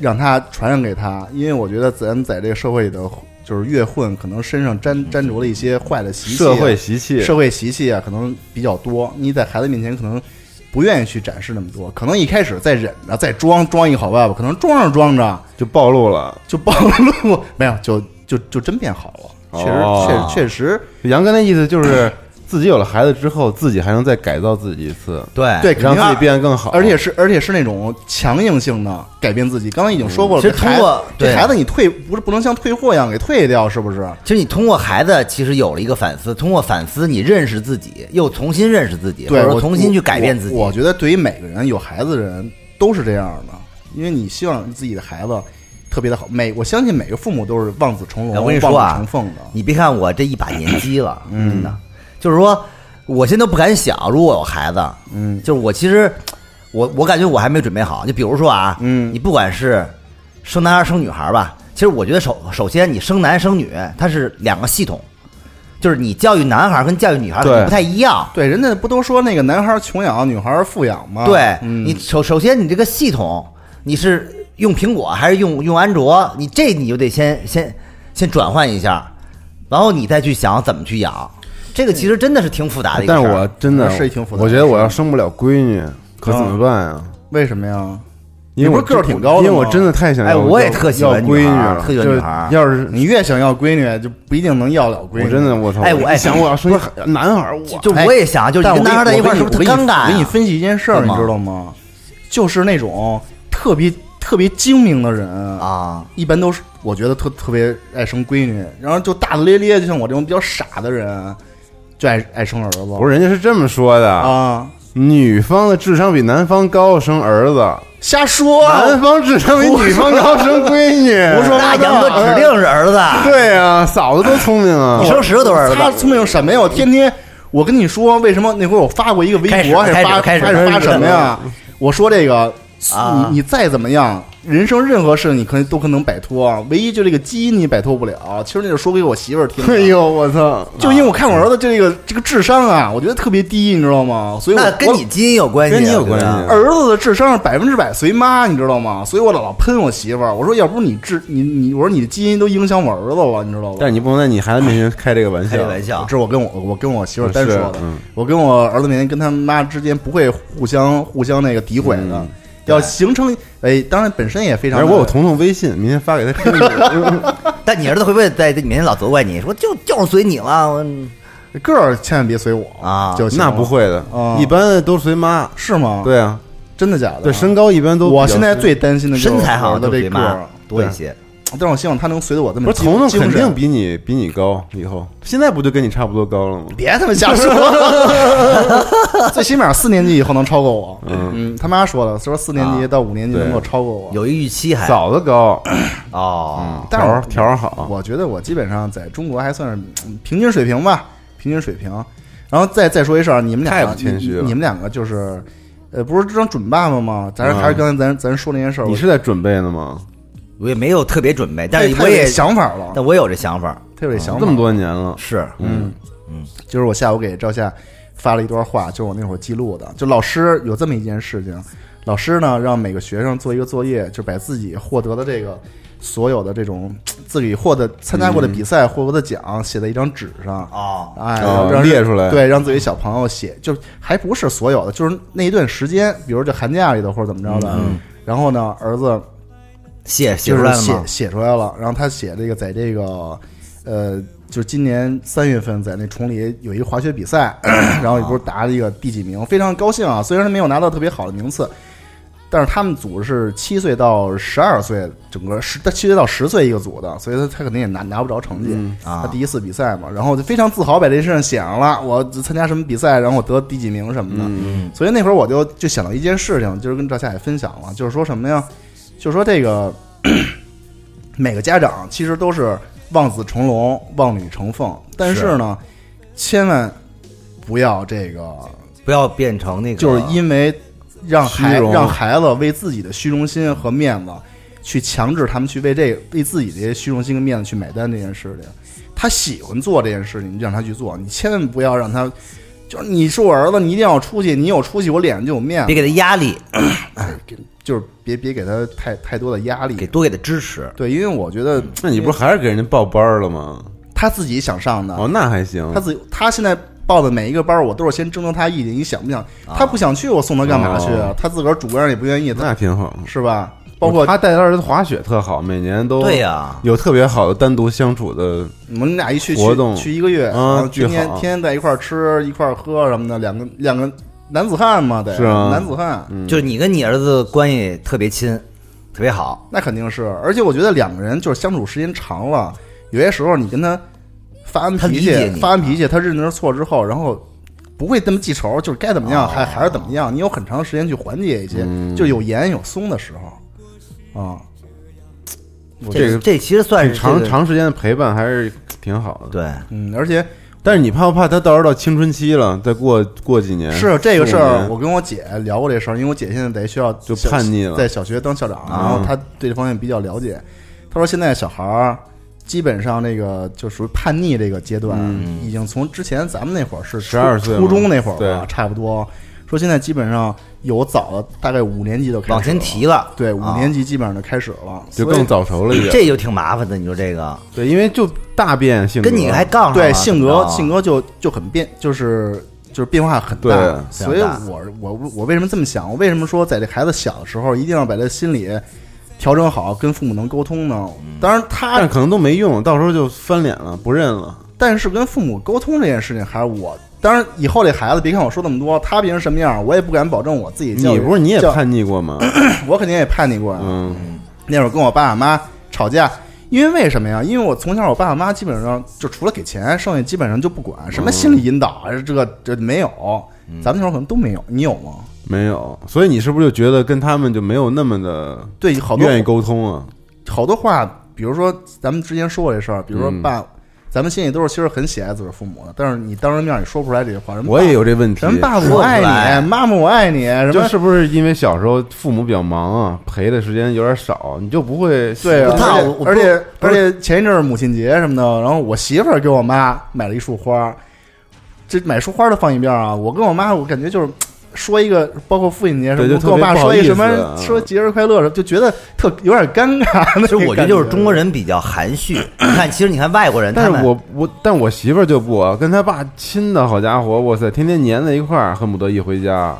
S3: 让他传染给他，因为我觉得咱在这个社会里的就是越混，可能身上沾沾着了一些坏的习气啊，
S2: 社会习气，
S3: 社会习气啊，可能比较多。你在孩子面前可能不愿意去展示那么多，可能一开始再忍着，再装装一好爸爸，可能装着装着
S2: 就暴露了。
S3: 就暴露， 没有，就就就真变好了。确实，
S2: 哦
S3: 确确实，
S2: 杨哥那意思就是，自己有了孩子之后，自己还能再改造自己一次，
S4: 对
S3: 对，
S2: 哎让
S3: 肯定
S2: 自己变得更好。
S3: 而且是而且是那种强硬性的改变自己。刚刚已经说过
S4: 嗯
S3: 了，
S4: 其
S3: 这
S4: 实通过
S3: 孩这
S4: 对
S3: 孩子你退不是不能像退货一样给退掉，是不是？
S4: 其实你通过孩子，其实有了一个反思，通过反思，你认识自己，又重新认识自己，或
S3: 对，
S4: 者
S3: 我
S4: 说重新去改变自己。
S3: 我。我觉得对于每个人有孩子的人都是这样的，因为你希望自己的孩子特别的好。每我相信每个父母都是望子成龙、
S4: 我跟你说
S3: 望子
S4: 啊
S3: 成凤的。
S4: 你别看我这一把年纪了，
S3: 嗯
S4: 真的，就是说，我现在都不敢想，如果有孩子，嗯，就是我其实，我我感觉我还没准备好。就比如说啊，嗯，你不管是生男孩生女孩吧，其实我觉得首首先你生男生女，它是两个系统，就是你教育男孩跟教育女孩可能
S2: 对
S4: 不太一样，
S3: 对，人家不都说那个男孩儿穷养，女孩儿富养吗？
S4: 对、
S3: 嗯
S4: 你首首先你这个系统，你是用苹果还是用用安卓？你这你就得先先先转换一下，然后你再去想怎么去养。这个其实真的是挺复杂的一个
S2: 但
S4: 事
S2: 是
S4: 儿。
S2: 我真的
S3: 是挺复杂的
S2: 我觉得我要生不了闺女，可怎么办呀？
S3: 为什么呀？
S2: 因为我
S3: 你不是个儿挺高
S2: 因
S3: 的
S2: 为
S3: 吗
S2: 我真的太想要，
S4: 哎我也
S2: 要
S4: 特喜欢
S2: 要闺女
S4: 女孩儿
S2: 了，
S4: 特喜欢
S2: 就
S4: 女孩儿
S2: 要是
S3: 你越想要闺女，就不一定能要了闺女。
S2: 我真的，我操！
S4: 哎我哎
S2: 一想我要生一孩男孩儿，我
S4: 就
S3: 哎
S4: 我也想，就是
S3: 但
S4: 你
S3: 我
S4: 跟
S3: 跟
S4: 男孩在一块儿是
S3: 我
S4: 不
S3: 跟
S4: 是特
S3: 你
S4: 尴尬
S3: 我
S4: 呀、
S3: 给你分析一件事儿，
S4: 干
S3: 你
S4: 嘛
S3: 知道吗？就是那种特别特别精明的人啊，
S4: 啊，
S3: 一般都是我觉得特特别爱生闺女，然后就大大咧咧，就像我这种比较傻的人，就爱爱生儿子。
S2: 不是人家是这么说的，
S3: 啊，
S2: 女方的智商比男方高，生儿子；
S3: 瞎说，啊
S2: 男方智商比女方高，生闺女。
S3: 哦胡说
S4: 那
S3: 八道
S4: 杨哥指定是儿子，
S2: 对啊，嫂子多聪明啊
S4: 你！ 生十个都是儿
S3: 他
S4: 子。
S3: 聪明什么呀？我天天，我跟你说，为什么那会儿我发过一个微
S4: 开始
S3: 博，还是
S4: 开始
S3: 发
S4: 开始
S3: 还是发
S4: 开始
S3: 什么呀？我说这个，
S4: 啊
S3: 你你再怎么样，人生任何事你可能都可能摆脱，唯一就这个基因你摆脱不了。其实那就说给我媳妇儿听的。
S2: 哎呦，我操！
S3: 就因为我看我儿子这个这个智商啊，我觉得特别低，你知道吗？所以我
S4: 那跟
S3: 我
S4: 你基因有关系啊，
S2: 跟你有关系
S4: 对吧
S2: 啊
S3: 儿子的智商是百分之百随妈，你知道吗？所以我老老喷我媳妇儿，我说要不你智你你，我说你的基因都影响我儿子了，你知道吧？
S2: 但是你不能在你孩子面前开这个玩
S4: 开
S2: 笑
S4: 这。玩笑
S3: 这，是我跟我我跟我媳妇儿单说的
S2: 是，嗯
S3: 我跟我儿子面前跟他妈之间不会互相互相那个诋毁的，要形成哎，当然本身也非常
S2: 反
S3: 的。
S2: 嗯正我有彤彤微信，明天发给他听。
S4: 但你儿子会不会在在你面前老责怪你说就就是随你了？我
S3: 个儿千万别随我
S4: 啊
S3: 就行了
S2: 那不会的
S3: 哦，
S2: 一般都随妈。
S3: 是吗？，
S2: 对啊，
S3: 真的假的？
S2: 对身高一般都比较。
S3: 我现在最担心的就是
S4: 身材
S3: 我
S4: 好
S3: 儿子
S4: 就
S3: 这
S4: 随
S3: 个
S4: 妈
S3: 儿，
S4: 多一些。
S3: 但是我希望他能随着我这么
S2: 不是
S3: 精
S2: 彤彤肯
S3: 精神
S2: 定比你比你高，以后现在不就跟你差不多高了吗？
S3: 别他妈瞎说， 最起码四年级以后能超过我。嗯，他妈说了，说四年
S2: 啊
S3: 级到五年级能够超过我。
S4: 有一预期还
S2: 嫂子高，
S4: 哦，
S3: 但
S2: 调
S3: 是
S2: 调儿好，
S3: 我觉得我基本上在中国还算是嗯平均水平吧，平均水平。然后再再说一事儿，你们两
S2: 太
S3: 个，
S2: 不谦虚了
S3: 你你们两个就是，呃，不是这张准爸爸吗？咱还是刚才咱咱说那件事儿，
S2: 啊你是在准备呢吗？
S4: 我也没有特别准备，
S3: 我
S4: 但是
S3: 太
S4: 我
S3: 有
S4: 也
S3: 这，想法了，
S4: 但我有这想法，
S3: 他有这想法。
S2: 这么多年了，
S4: 是，
S2: 嗯，
S3: 就是我下午给赵夏发了一段话，就是我那会儿记录的。就老师有这么一件事情，老师呢让每个学生做一个作业，就把自己获得的这个所有的这种自己获得参加过的比赛、获得的奖写在一张纸上。
S4: 哦，
S3: 哎，
S2: 哦
S3: 让
S2: 列出来
S3: 对，让自己小朋友写，就还不是所有的，就是那一段时间，比如就寒假里头或者怎么着的。然后呢，儿子
S4: 写写
S3: 就
S4: 出
S3: 是
S4: 来了
S3: 写
S4: 吗？
S3: 写出来了。然后他写这个，在这个呃，就是今年三月份在那崇礼有一个滑雪比 啊赛，然后也不是拿了一个第几名，非常高兴啊。虽然他没有拿到特别好的名次，但是他们组是七岁到十二岁，整个十七岁到十岁一个组的，所以他他肯定也拿拿不着成绩。
S4: 啊
S3: 他第一次比赛嘛，然后就非常自豪，把这事情写上了。我参加什么比赛，然后我得第几名什么的。
S4: 嗯
S3: 所以那会儿我就就想到一件事情，就是跟赵夏也分享了，就是说什么呀？就是说这个 每个家长其实都是望子成龙、望女成凤，但是呢，千万不要这个，
S4: 不要变成那个，
S3: 就是因为让孩
S2: 虚荣
S3: 让孩子为自己的虚荣心和面子去强制他们去为这为自己的虚荣心跟面子去买单这件事情。他喜欢做这件事情，你就让他去做，你千万不要让他。就是你是我儿子，你一定要有出息，你有出息，我脸上就有面子
S4: 别。给他压力，
S3: 就是别别给他太太多的压力。
S4: 给多给他支持。
S3: 对，因为我觉得
S2: 那你不是还是给人家报班儿了吗？
S3: 他自己想上的，
S2: 哦，那还行
S3: 他。自己他现在报的每一个班儿，我都是先征求他意见，你想不想？他不想去，我送他干嘛去？
S2: 啊
S3: 啊
S2: 哦
S3: 他自个儿主观上也不愿意，他
S2: 那挺好，
S3: 是吧？包括
S2: 他带他儿子滑雪特好，每年都
S4: 对呀
S2: 有特别好的单独相处的，
S3: 我们俩一去
S2: 活动
S3: 去去一个月，
S2: 啊
S3: 然后天天
S2: 巨好
S3: 天天在一块儿吃一块儿喝什么的，两个两个男子汉嘛，得
S2: 是啊
S3: 男子汉，
S4: 就是你跟你儿子关系特别亲，特别好，
S3: 那肯定是。而且我觉得两个人就是相处时间长了，有些时候你跟他发完
S4: 他
S3: 脾
S4: 理解
S3: 气，
S4: 你啊
S3: 发完脾气，他认识错之后，然后不会那么记仇，就是该怎么样
S4: 哦
S3: 还还是怎么样，你有很长时间去缓解一些，
S4: 嗯
S3: 就是有严有松的时候啊。我
S2: 这个
S4: 这其实算是
S2: 长
S4: 这个
S2: 长时间的陪伴还是挺好的。
S4: 对，
S3: 嗯，而且
S2: 但是你怕不怕他到时候到青春期了，再过过几年
S3: 是这个事
S2: 四五
S3: 儿，
S2: 年
S3: 我跟我姐聊过这事儿，因为我姐现在在学校
S2: 就
S3: 小
S2: 叛逆了啊
S3: 在小学当校长，然后她对这方面比较了解。她说现在小孩儿基本上那个就属于叛逆这个阶段，已经从之前咱们那会儿是初
S2: 12岁嘛
S3: 初中那会儿吧，
S2: 对
S3: 差不多。说现在基本上有早的，大概五年级就开始
S4: 往前
S3: 了
S4: 提了，
S3: 对，五
S4: 啊
S3: 年级基本上就开始了，
S2: 就
S3: 所以
S2: 更早熟了一点。
S4: 这就挺麻烦的。你说这个
S2: 对，因为就大变性格，
S4: 跟你还杠上了，
S3: 对性格
S4: 啊
S3: 性格就就很变，就是就是变化很
S2: 对
S3: 大。所以
S4: 非常大
S3: 我我我为什么这么想？我为什么说在这孩子小的时候一定要把他心理调整好，跟父母能沟通呢？
S4: 嗯
S3: 当然他，
S2: 但可能都没用，到时候就翻脸了，不认了。
S3: 但是跟父母沟通这件事情，还是我。当然，以后这孩子，别看我说那么多，他变成什么样，我也不敢保证我自己教
S2: 你
S3: 育。
S2: 不是你也
S3: 教，
S2: 叛逆过 吗？
S3: 我肯定也叛逆过呀。
S2: 嗯，
S3: 那会儿跟我爸爸妈吵架，因为为什么呀？因为我从小我爸爸妈基本上就除了给钱，剩下基本上就不管，什么心理引导啊，这个这没有，
S2: 嗯
S3: 咱们那会儿可能都没有。你有吗？
S2: 没有。所以你是不是就觉得跟他们就没有那么的
S3: 对，好多
S2: 愿意沟通啊？
S3: 好多话，比如说咱们之前说过这事儿，比如说
S2: 嗯
S3: 爸，咱们心里都是其实很喜爱自个儿父母的，但是你当着面儿你说不出来这些话。什么
S2: 我也
S3: 有
S2: 有这问题
S3: 什。么
S4: 说
S3: 爸我
S4: 不出
S3: 爱
S4: 来
S3: 你，妈妈我爱你，什
S2: 就
S3: 么
S2: 是不是因为小时候父母比较忙啊，陪的时间有点少，你就不会
S3: 对啊
S4: 不烫我，
S3: 而且而且而且前一阵儿母亲节什么的，然后我媳妇儿给我妈买了一束花，这买束花的放一边儿啊。我跟我妈，我感觉就是说一个，包括父亲节什
S2: 对
S3: 么，
S2: 就
S3: 我跟我爸
S2: 特别不好
S3: 说一什
S2: 意思啊
S3: 么，说节日快乐什么，就觉得特有点尴尬。那
S4: 其实我觉
S3: 觉
S4: 得就是中国，人比较含 蓄。你看，其实你看外国人，
S2: 但
S4: 他们
S2: 是我我但我媳妇儿就不啊，跟她爸亲的好家伙，哇塞，天天黏在一块儿，恨不得一回家，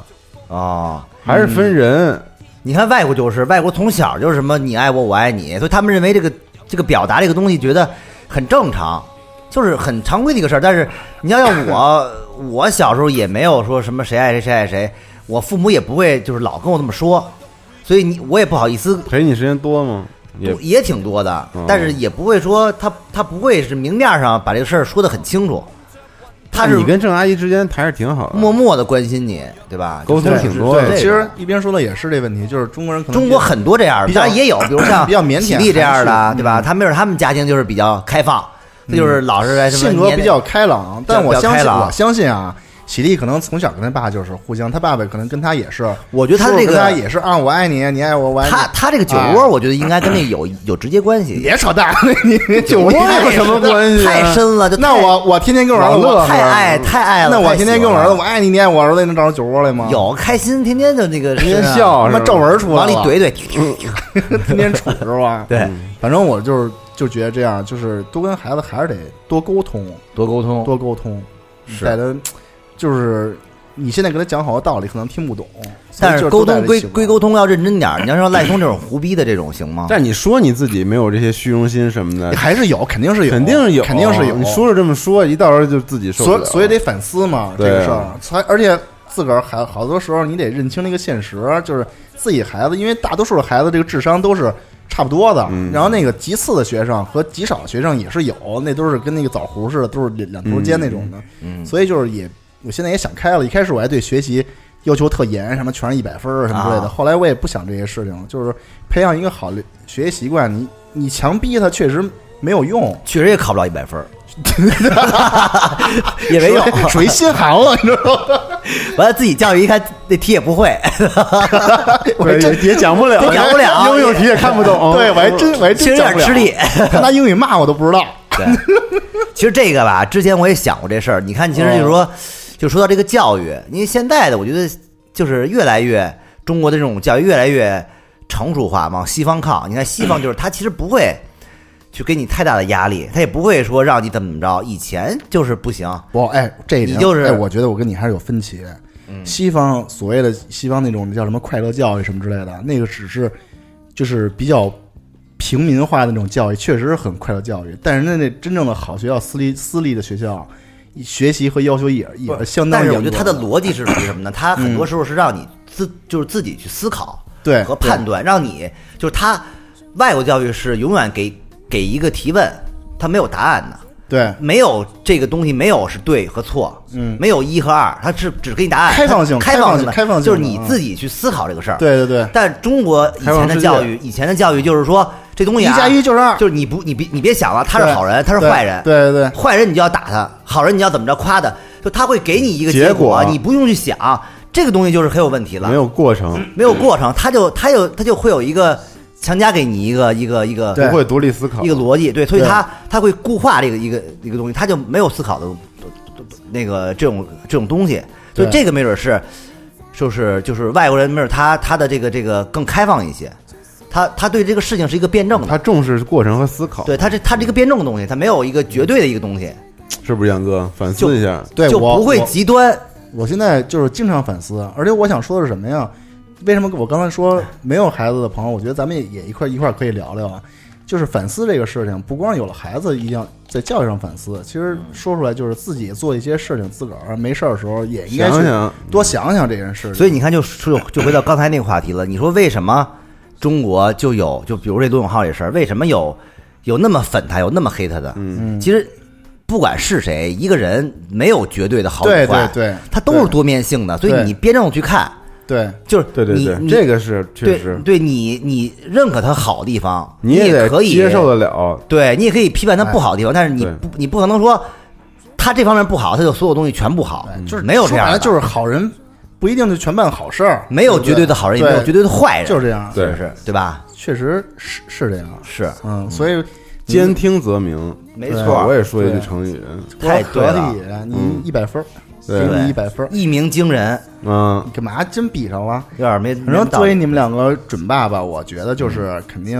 S4: 哦，
S2: 还是分人。
S4: 你看外国就是外国从小就是什么你爱我我爱你，所以他们认为这个这个表达这个东西觉得很正常，就是很常规的一个事儿。但是你要要我， 我小时候也没有说什么谁爱谁谁爱谁，我父母也不会就是老跟我这么说，所以你我也不好意思。
S2: 陪你时间多吗？也
S4: 多也挺多的
S2: 嗯，
S4: 但是也不会说他他不会是明面上把这个事儿说得很清楚，他是
S2: 你跟郑阿姨之间还是挺好的，
S4: 默默的关心你，对吧？
S2: 沟通挺多
S3: 对，
S2: 的。
S3: 其实一边说的也是这问题，就是中国人可能
S4: 中国很多这样的，
S3: 比较
S4: 当然也 有，比如像
S3: 比较腼腆啊
S4: 喜力这样
S3: 含
S4: 的，
S3: 蓄
S4: 对吧？他没准他们家庭就是比较开放，他就是老是在什么
S3: 嗯性格
S4: 年
S3: 比较开朗，但我
S4: 比较
S3: 相
S4: 开
S3: 信
S4: 朗
S3: 我相信啊。喜力可能从小跟他爸就是互相，他爸爸可能跟他也是，
S4: 我觉得他
S3: 叔叔
S4: 这个
S3: 跟他也是啊，我爱你，你爱我，我爱你。啊
S4: 他他这个酒
S3: 哎
S4: 窝，我觉得应该跟那有有直接关系。
S3: 别扯淡， 你你酒窝有什么关系啊？
S4: 太深了就太
S3: 那我我天天跟我儿子
S2: 老乐呵
S4: 太爱太爱了
S3: 那我
S4: 太
S3: 天天跟我儿子，
S4: 喜欢
S3: 我
S4: 了
S3: 爱你，你爱我儿子，能找着酒窝来吗？
S4: 有开心，天天就那个
S2: 天天
S4: 是啊
S2: 笑
S3: 他妈
S2: 是吧
S3: 皱纹出来
S4: 往
S3: 了，
S4: 里怼怼，
S3: 天天杵着 啊我。
S4: 对，
S3: 反正我就是就觉得这样，就是多跟孩子还是得多沟通，
S4: 多沟通，
S3: 多沟通，带他就是你现在跟他讲好多道理，可能听不懂，所以
S4: 但
S3: 就是是
S4: 沟
S3: 多带
S4: 通
S3: 着
S4: 归
S3: 习惯
S4: 归沟通要认真点儿。你要说赖通这种胡逼的这种行吗？
S2: 但你说你自己没有这些虚荣心什么的，
S3: 哎还是有，肯定是有，
S2: 肯定是有，
S3: 肯定是有。
S2: 你说是这么说，一到时候就自己受不
S3: 所
S2: 了
S3: 所以得反思嘛，这
S2: 对
S3: 个事儿。才而且自个儿孩，好多时候你得认清那个现实，就是自己孩子，因为大多数的孩子这个智商都是差不多的，
S2: 嗯
S3: 然后那个极次的学生和极少的学生也是有，那都是跟那个枣核似的，都是两两头尖那种的，
S2: 嗯
S3: 所以就是也，我现在也想开了，一开始我还对学习。要求特严，什么全是一百分儿什么之类的。
S4: 啊
S3: 后来我也不想这些事情了，就是培养一个好的学习习惯。你你强逼他确实没有用，
S4: 确实也考不了一百 分儿，也没用。
S3: 属于属于心寒了，你知道吗？
S4: 完了自己教育一看，那题也不会，
S3: 我还
S2: 对
S3: 真
S2: 也也讲不 了，
S4: 也讲不了
S2: 应用题也看不懂。
S3: 对，我还真我还
S4: 其实
S3: 真
S4: 有
S3: 讲
S4: 点
S3: 不了
S4: 吃 力。
S3: 他拿英语骂我哎都不知道。
S4: 对，其实这个吧，之前我也想过这事儿。你看，其实就是说，就说到这个教育，因为现在的我觉得就是越来越中国的这种教育越来越成熟化，往西方靠。你看西方就是他其实不会去给你太大的压力，他也不会说让你怎么怎么着。以前就是不行，
S3: 我哎，这一点
S4: 你就是
S3: 哎，我觉得我跟你还是有分歧。西方所谓的西方那种叫什么快乐教育什么之类的，那个只是就是比较平民化的那种教育，确实是很快乐教育。但是那那真正的好学校，私立私立的学校，学习和要求也也是相当
S4: 但是
S3: 严格
S4: 我
S3: 的。嗯
S4: 觉得他的逻辑是属于什么呢？他很多时候是让你自就是自己去思考，
S3: 对
S4: 和判断，让你就是他外国教育是永远给给一个提问，他没有答案的。
S3: 对
S4: 没有这个东西，没有是对和错，嗯，没有一和二，它是只给你答案，
S3: 开放性
S4: 它开
S3: 开放
S4: 性
S3: 性
S4: 的，
S3: 开放性的嗯
S4: 就是你自己去思考这个事儿。
S3: 对对对，
S4: 但中国以前的教育，以前的教育就是说，这东西啊
S3: 一加一就是二
S4: 就是你不，你别你别想了，他是
S3: 对
S4: 好人，他是坏人，
S3: 对对对
S4: 坏人你就要打他，好人你要怎么着夸他，就他会给你一个
S2: 结
S4: 果
S2: 果，
S4: 你不用去想，这个东西就是很有问题了，
S2: 没有过程，
S4: 没有过程，他就他就他就会有一个强加给你一个一个一个
S3: 对
S2: 不会独立思考
S4: 一。个逻辑，对，所以
S3: 对
S4: 他他会固化这个一个一个东西，他就没有思考的那个这种这种东西，所以
S3: 对
S4: 这个没准是就是就是外国人没准他他的这个这个更开放一些，他他对这个事情是一个辩证的，
S2: 他重视过程和思考，
S4: 对他这他这个辩证的东西，他没有一个绝对的一个东西，
S2: 是不是杨哥？反思一下，
S3: 对，
S4: 就
S3: 我
S4: 不会
S3: 我
S4: 极端，
S3: 我现在就是经常反思，而且我想说的是什么呀？为什么我刚才说没有孩子的朋友，我觉得咱们也也一块一块可以聊聊啊。就是反思这个事情，不光有了孩子一样，在教育上反思。其
S4: 嗯
S3: 实说出来就是自己做一些事情，自个儿没事儿的时候也应该
S2: 想
S3: 去
S2: 想
S3: 多想想这件事情。
S4: 所以你看就就就回到刚才那个话题了，你说为什么中国就有就比如这罗永浩这事儿，为什么有有那么粉他，有那么黑他的？嗯，其实不管是谁，一个人没有绝对的好与坏，
S3: 对对对
S4: 他都是多面性的，所以
S3: 对
S4: 你辩证去看，
S3: 对
S4: 就是
S2: 对对
S4: 你
S2: 对，
S4: 你
S2: 这个是确
S4: 对
S2: 实，
S4: 对你你认可他好的地方，
S2: 你
S4: 也
S2: 得
S4: 可以
S2: 接受得了。
S4: 对你也可以批判他不好的地方，但是你
S2: 对
S4: 不你不可能说他这方面不好，他就所有东西全不好，
S3: 哎
S2: 嗯
S3: 就是
S4: 没有这
S3: 说白
S4: 样
S3: 了
S4: 的，
S3: 就是好人不一定就全办好事儿，
S4: 没有
S3: 不
S4: 绝对的好人，也没有绝对的坏人，
S3: 就是这样，
S2: 对
S4: 是不是？对吧？
S3: 确实是是这样，
S4: 是，
S3: 嗯，所以
S2: 兼听则明，
S4: 没
S2: 对
S4: 错
S2: 我也说一句
S3: 对
S2: 成语，
S4: 太对了
S3: 合理啊，你一百分儿，
S2: 嗯对
S3: 给你一百分儿，
S4: 一鸣惊人，
S2: 嗯，
S3: 干嘛真比上了？
S4: 有点没。
S3: 反正作
S4: 对
S3: 为你们两个准爸爸，我觉得就是肯定，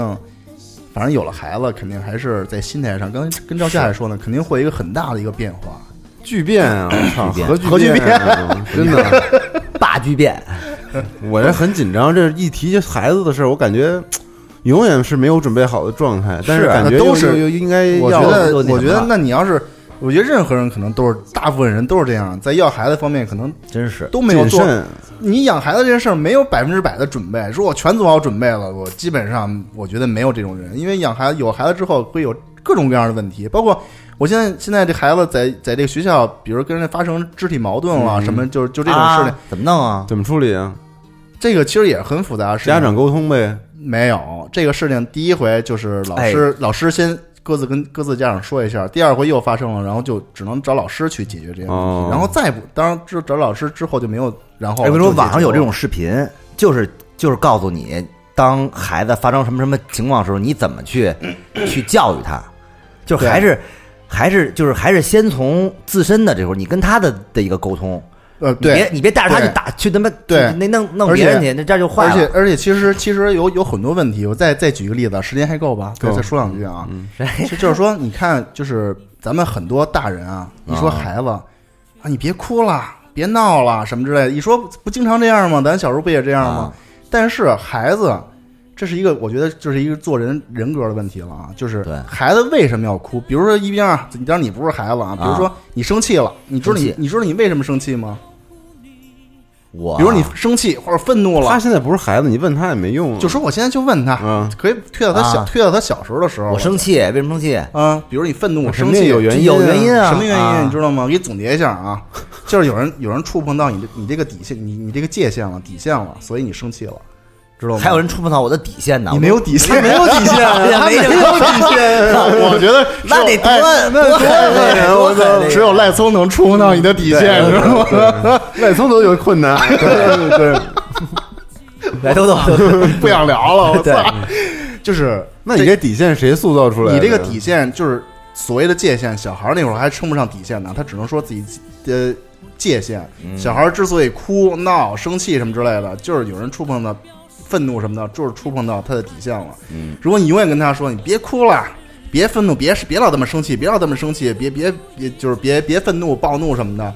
S3: 反正有了孩子，肯定还是在心态上，跟跟赵夏也说呢，肯定会有一个很大的一个变化。
S2: 巨变啊！我操，
S4: 变
S2: 核
S3: 核聚
S2: 变啊，真的，
S4: 大巨变，
S2: 我这很紧张。这一提孩子的事儿，我感觉永远是没有准备好的状态，但
S4: 是
S2: 感觉
S3: 那都
S2: 又
S3: 是
S2: 又又应该
S3: 我
S2: 要
S3: 觉得，
S4: 要
S3: 我觉得
S4: 要，
S3: 那你要是，我觉得任何人可能都是，大部分人都是这样，在要孩子方面可能
S4: 真是
S3: 都没有
S2: 谨
S3: 做。
S2: 慎。
S3: 你养孩子这件事儿没有百分之百的准备，说我全做好准备了，我基本上我觉得没有这种人，因为养孩子有孩子之后会有各种各样的问题，包括我现在现在这孩子在在这个学校，比如跟人发生肢体矛盾了、什么，就是就这种事情，
S4: 啊怎么弄啊？
S2: 怎么处理啊？
S3: 这个其实也啊是很复杂的事情。
S2: 家长沟通呗。
S3: 没有这个事情，第一回就是老师、
S4: 哎
S3: 老师先各自跟各自家长说一下，第二回又发生了，然后就只能找老师去解决这个问题，
S2: 哦
S3: 然后再不当然只找老师之后就没有然后
S4: 哎，我
S3: 就
S4: 跟你
S3: 解决了。
S4: 说，网上有这种视频，就是就是告诉你，当孩子发生什么什么情况的时候，你怎么 去去教育他，就
S3: 对
S4: 还是还是就是还是先从自身的这会儿，你跟他的的一个沟通，
S3: 呃，
S4: 你
S3: 对，
S4: 别你别带着他
S3: 对
S4: 去打去他妈
S3: 对
S4: 那弄弄
S3: 而
S4: 别
S3: 且
S4: 人去，那这样就坏
S3: 而且
S4: 了。
S3: 而且，其实其实有有很多问题。我再再举个例子，时间还够吧？再
S2: 够
S3: 再说两句啊。
S4: 嗯
S3: 其实就是说，你看，就是咱们很多大人啊，一说孩子啊，你别哭了，别闹了，什么之类的，一说不经常这样吗？咱小时候不也这样吗
S4: 啊？
S3: 但是孩子，这是一个我觉得这是一个做人人格的问题了啊。就是
S4: 对
S3: 孩子为什么要哭？比如说一冰啊，当然你不是孩子啊，比如
S4: 啊
S3: 说你生气了，你知道
S4: 生
S3: 你
S4: 气
S3: 你知道你为什么生气吗？
S4: 我
S3: 比如你生气或者愤怒
S2: 他
S3: 了，
S2: 现在不是孩子，你问他也没用啊。
S3: 就说我现在就问他，
S2: 嗯
S3: 可以推到他小、
S4: 啊
S3: 推到他小时候的时候。
S4: 我生气，为什么生气？
S3: 啊，比如你愤怒，我
S2: 肯
S3: 生
S2: 定
S3: 气
S2: 有原因
S4: 有原因啊
S3: 什么原
S4: 啊
S3: 因你知道吗？我给你总结一下啊，就是有人有人触碰到你这你这个底线，你你这个界限了，底线了，所以你生气了，知道吗？
S4: 还有人触碰到我的底线呢？
S3: 你没有 底线， 没有底线
S4: 他啊没有啊
S3: 底线。我觉得
S4: 那
S3: 只有
S4: 得多
S3: 哎那
S4: 多狠啊
S3: 狠
S4: 呀
S3: 我
S4: 多狠
S3: 操
S4: 呀
S3: 只有赖聪能触碰到你的底线，知道吗？
S2: 赖聪都有困难，对对。
S4: 我， 来豆豆，
S3: 不想聊了，我
S4: 对
S3: 操！就是
S2: 那你这底线谁塑造出来的
S3: 你
S2: 呀？
S3: 这个底线就是所谓的界限，小孩儿那会儿还称不上底线呢，他只能说自己的界限。
S2: 嗯
S3: 小孩儿之所以哭闹、生气什么之类的，就是有人触碰到愤怒什么的，就是触碰到他的底线了。
S2: 嗯
S3: 如果你永远跟他说你别哭了。别愤怒，别别老这么生气，别老这么生气，别别别，就是别别愤怒、暴怒什么的。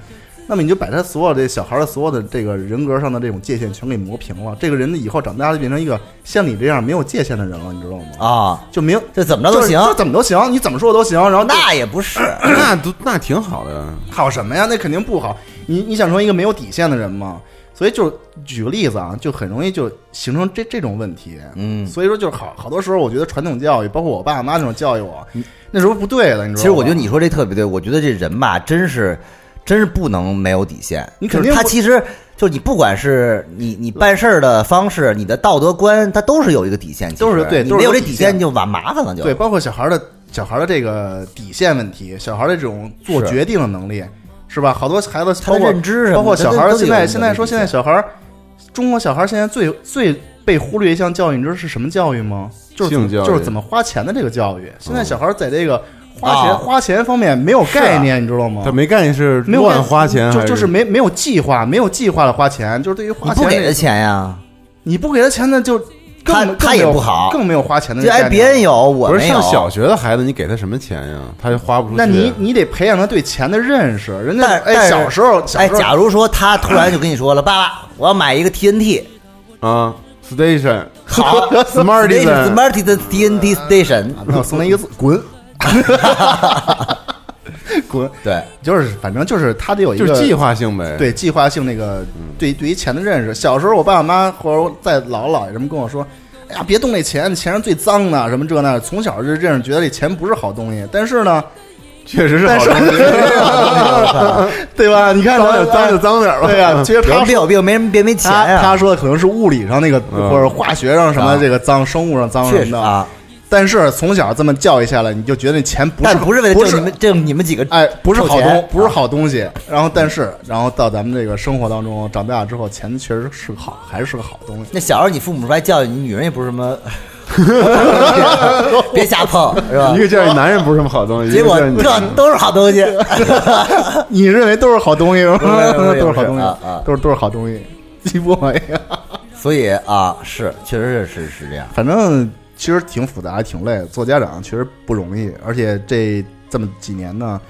S3: 那么你就把他所有这小孩儿的所有的这个人格上的这种界限全给磨平了。这个人以后长大就变成一个像你这样没有界限的人了，你知道吗？
S4: 啊，
S3: 就没有
S4: 这怎么着都
S3: 就是
S4: 行，
S3: 就怎么都行，你怎么说都行。然后就
S4: 那也不是，
S2: 那都那挺好的。
S3: 好什么呀？那肯定不好。你你想成为一个没有底线的人吗？所以就举个例子啊，就很容易就形成这这种问题。
S4: 嗯。
S3: 所以说，就是好好多时候，我觉得传统教育，包括我爸妈那种教育我，那时候不对的，你
S4: 嗯
S3: 知道吗？
S4: 其实我觉得你说这特别对，我觉得这人吧，真是，真是不能没有底线。
S3: 你肯定
S4: 就是他
S3: 不
S4: 其实就是你不管是你你办事儿的方式，你的道德观，他都是有一个底线。其实
S3: 都是对
S4: 你
S3: 都
S4: 没
S3: 是有
S4: 有这
S3: 底
S4: 底
S3: 线
S4: 线你就麻麻烦了就。
S3: 对，包括小孩的小孩的这个底线问题，小孩的这种做
S4: 是
S3: 决定的能力，是吧？好多孩子
S4: 他的
S3: 包括
S4: 认知什么
S3: 包括
S4: 的
S3: 小
S4: 都
S3: 孩儿
S4: 都得
S3: 现
S4: 有
S3: 在
S4: 你
S3: 现
S4: 的
S3: 在
S4: 底
S3: 说现
S4: 线
S3: 在小孩儿，中国小孩儿现在最最被忽略一项教育，你知道是什么教育吗？就是
S2: 性教育嗯
S3: 就是怎么花钱的这个教育。现在小孩儿在这个花钱、
S4: 啊
S3: 花钱方面没有概念，你知道吗
S2: 啊他？没干是
S3: 没有概
S2: 乱花钱，
S3: 就
S2: 还
S3: 就是没没有计划，没有计划的花钱，就是对于
S4: 你
S3: 花
S4: 不
S3: 钱
S4: 给
S3: 这
S4: 他
S3: 个，
S4: 钱呀，
S3: 你不给他钱，那就更
S4: 他
S3: 更
S4: 他
S3: 没
S4: 也
S3: 有
S4: 不好
S3: 更没有花钱的
S4: 就
S3: 概
S4: 哎，
S3: 念
S4: 别人
S3: 了
S4: 有我
S2: 不是
S4: 没有。
S2: 上小学的孩子，你给他什么钱呀？他就花不出去。
S3: 那你你得培养他对钱的认识。人家
S4: 但但
S3: 哎，
S4: 是
S3: 小时候小
S4: 哎，
S3: 时候
S4: 假如说他突然就跟你说了，爸爸，我要买一个 TNT，
S2: 啊，station
S4: 好
S2: Smartisan
S4: Smarty 的 TNT Station，
S3: 啊那我送他一个字，滚， 滚，
S4: 对，
S3: 就是反正就是他得有一
S2: 就
S3: 个
S2: 是计划嗯性呗。，
S3: 对计划性那个对对于钱的认识。小时候我爸爸妈妈或者我在姥姥姥爷什么跟我说。哎呀，别动那钱，钱是最脏的，什么这那的。从小就认识，觉得这钱不是好东西。但是呢，
S2: 确实是好
S3: 但是
S2: 东西。
S3: 对吧？你看
S2: 脏
S3: 咱
S2: 点脏就脏点吧。
S3: 对呀、其实他
S4: 人别有病，没人别没钱啊
S3: 他
S4: 呀
S3: 他，说的可能是物理上那个，
S2: 嗯
S3: 或者化学上什么这个脏，生物上脏什
S4: 啊确
S3: 么
S4: 实
S3: 的
S4: 啊，
S3: 但是从小这么教育下来，你就觉得那钱不是
S4: 但不是为了
S3: 不
S4: 挣
S3: 是
S4: 你们挣你们几个
S3: 哎不是好
S4: 臭
S3: 东
S4: 钱
S3: 不是好东西。然后但是然后到咱们这个生活当中长大之后，钱确实是个好，还是个好东西。
S4: 那小时候你父母说还教育你，女人也不是什么，别瞎碰，是吧
S2: 一？个叫你男人不是什么好东西，
S4: 结果
S2: 一个叫你
S4: 这都是好东西，
S3: 你认为都是好东西吗？
S4: 不是不是
S3: 都是好东
S4: 啊啊
S3: 西，都是都是好东西。鸡不哎呀，
S4: 所以啊，是确实是是是这样，
S3: 反正其实挺复杂，挺累的。做家长确实不容易，而且这这么几年呢，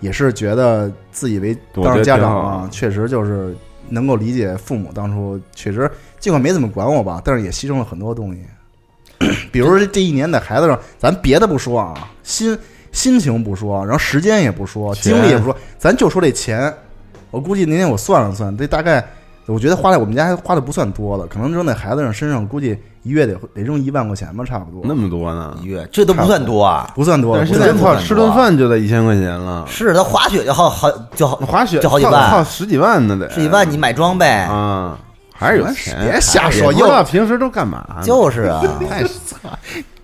S3: 也是觉得自以为
S2: 我觉
S3: 当上
S2: 得
S3: 家
S2: 挺
S3: 长
S2: 好
S3: 啊，确实就是能够理解父母当初确实尽管没怎么管我吧，但是也牺牲了很多东 西。比如说这一年在孩子上，咱别的不说啊，心心情不说，然后时间也不说，
S2: 钱
S3: 精力也不说，咱就说这钱。我估计那天我算了算，这大概我觉得花在我们家还花的不算多的，可能扔在孩子上身上，估计一月得得扔一万块钱吧，差不多。
S2: 那么多呢
S4: 一。月这都不算多啊。
S3: 不算多，
S2: 但是
S3: 不
S2: 现
S3: 算
S2: 在
S3: 多
S2: 操，吃顿饭就得啊一千块钱了，
S3: 嗯
S4: 是他滑雪就好好就好
S2: 滑雪
S4: 就好几
S2: 操
S4: 万，
S2: 十几万呢得。
S4: 十几万你买装备，
S3: 嗯
S2: 啊，还是有钱。啊
S3: 别瞎说，
S2: 也不
S3: 又
S2: 知道平时都干嘛呢？
S4: 就是 啊，
S2: 太惨。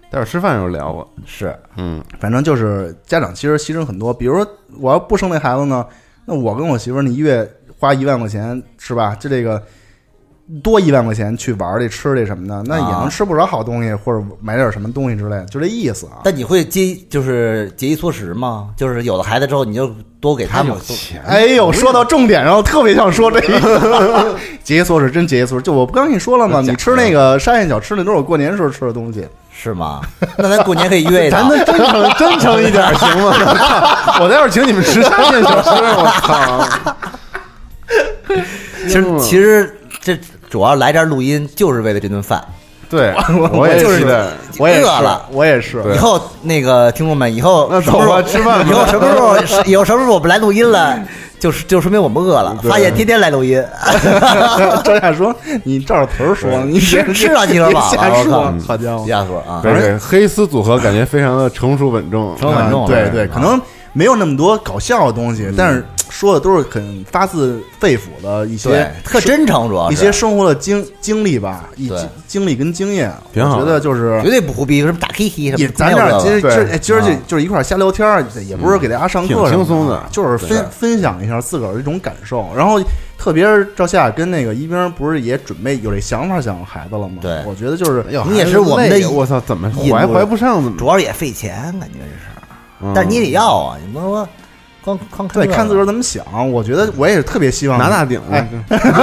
S2: 待会儿吃饭时候聊吧。
S4: 是
S2: 嗯，
S3: 反正就是家长其实牺牲很多。比如说，我要不生那孩子呢，那我跟我媳妇儿，你一月花一万块钱是吧？就这个多一万块钱去玩儿去吃去什么的，那也
S4: 啊
S3: 能吃不少好东西，或者买点什么东西之类的，就这意思啊。
S4: 但你会节就是节衣缩食吗？就是有了孩子之后，你就多给他
S2: 他
S4: 们
S2: 有钱，啊
S3: 哎呦，说到重点上，我特别想说这个 节衣缩食，真节衣缩食。就我不刚跟你
S4: 嗯
S3: 说了吗？你吃那个沙县小吃，那都是我过年时候吃的东西。
S4: 是吗？ 那咱过年可以约一
S2: 咱
S4: 趟，
S2: 能真诚真诚一点行吗？ 我待会儿请你们吃沙县小吃，我操！
S4: 其实其实这主要来这儿录音就是为了这顿饭。
S2: 对，
S3: 我
S2: 也
S4: 就是
S2: 是的。
S3: 我也是
S4: 饿了，
S3: 我也是。
S4: 以后那个听众们，以后
S2: 那
S4: 什么时
S2: 走吧
S4: 候
S2: 吃饭吧
S4: 以后什么时候？以后什么时候我们来录音了？就是就说明我们饿了。
S3: 对
S4: 发现天天来录音，
S3: 张亚说：“你照着 头说，你
S4: 是是让你
S3: 你
S4: 惹饱
S3: 瞎
S4: 了，我
S3: 说
S4: 靠，
S3: 好家伙，
S4: 瞎说啊！
S2: 对对，黑丝组合感觉非常的成熟稳重，
S4: 成熟稳重，
S3: 嗯
S4: 啊嗯
S3: 对对，可能没有那么多搞笑的东西，但是说的都是很发自肺腑的一
S4: 对
S3: 些
S4: 特真诚，主要
S3: 一
S4: 是
S3: 些生活的经经历吧，一
S4: 对
S3: 经经历跟经验，我
S2: 挺好
S3: 觉得就是
S4: 绝对不胡逼，什么打 K K 什么，
S3: 也咱
S4: 没
S3: 这
S4: 有
S3: 儿今
S4: 这个
S3: 儿今儿
S2: 对啊嗯
S3: 哎今儿就就是一块儿瞎聊天儿，也不是给大家上课什么，
S2: 挺轻松的
S3: 就是分分享一下自个儿的一种感受。然后特别是赵夏跟那个一冰，不是也准备有这想法想孩子了吗？
S4: 对
S3: 我觉得就是
S4: 你也是我们的
S2: 哎呀我操，怎么
S4: 引
S2: 怀
S4: 入
S2: 怀不上怎么？
S4: 主要也费钱，感觉这是。
S2: 嗯
S4: 但你得要啊，你不能说光光看
S3: 对
S4: 这个
S3: 看自个儿怎么想。我觉得我也是特别希望
S2: 啊拿大顶，
S3: 哎，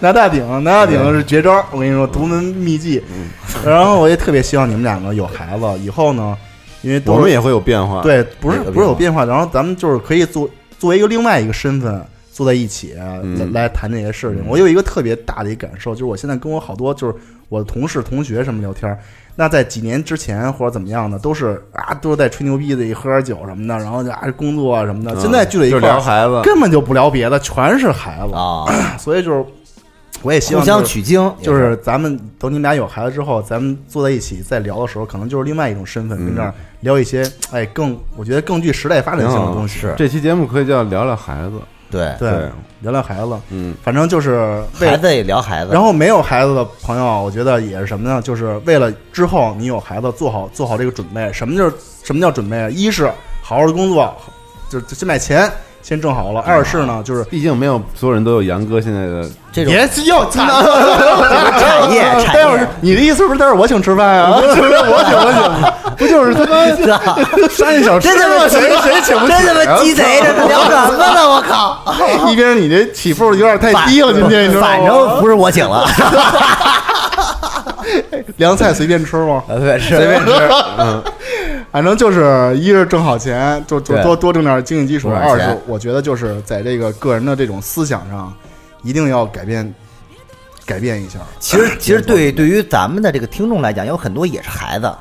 S3: 拿大顶，拿大顶是绝招，我跟你说，独门秘技。
S2: 嗯
S3: 然后我也特别希望你们两个有孩子以后呢，因为都
S2: 我
S3: 是
S2: 们也会啊有变化。，
S3: 对，不是
S4: 有变
S3: 不是有变化，然后咱们就是可以做作为一个另外一个身份坐在一起啊来、
S2: 嗯
S3: 来谈这些事情。我有一个特别大的一个感受，就是我现在跟我好多就是我的同事、同学什么聊天儿，那在几年之前或者怎么样呢，都是啊都是在吹牛逼的，一喝点酒什么的，然后就啊工作啊什么的。现在聚在一
S2: 嗯就
S3: 块
S2: 是聊
S3: 儿，
S2: 孩子，
S3: 根本就不聊别的，全是孩子，
S4: 啊，
S3: 所以就是我也希
S4: 互
S3: 望、
S4: 相。取经
S3: 就
S4: 也
S3: 是咱们等你们俩有孩子之后，咱们坐在一起再聊的时候，可能就是另外一种身份，跟这儿聊一些哎更我觉得更具时代发展性
S2: 嗯
S3: 的东西。
S4: 是
S2: 这期节目可以叫聊聊孩子。
S4: 对
S3: 对
S2: 对，
S3: 聊聊孩子，
S2: 嗯，
S3: 反正就是
S4: 孩
S3: 为。
S4: 子也聊孩子，
S3: 然后没有孩子的朋友，我觉得也是什么呢？就是为了之后你有孩子，做好做好这个准备。什么就是什么叫准备啊？一是好好的工作，就就先把钱先挣好了；二是呢，就是
S2: 毕竟没有所有人都有杨哥现在的
S4: 这种
S3: 别又
S4: 产业 产
S3: 待会儿
S4: 业，
S3: 你的意思是不是待会儿我请吃饭啊？ 我请我请我请。
S2: 不就是他 妈山一小吃
S4: 真他妈
S2: 吗？谁谁请不起啊？
S4: 真他妈鸡贼，这是 聊什么呢？我靠！
S3: 一边你这起步有点太低了，哎今天你知道吗？
S4: 反正不是我请了，
S3: 凉菜随便吃吗？
S4: 对，是
S2: 随便吃，
S3: 反正就是一是挣好钱，就就
S4: 对
S3: 多多挣点经济基础；
S4: 多
S3: 二
S4: 点钱
S3: 是我觉得就是在这个个人的这种思想上，一定要改变，改变一下。
S4: 其实，其实对对于咱们的这个听众来讲，有很多也是孩子，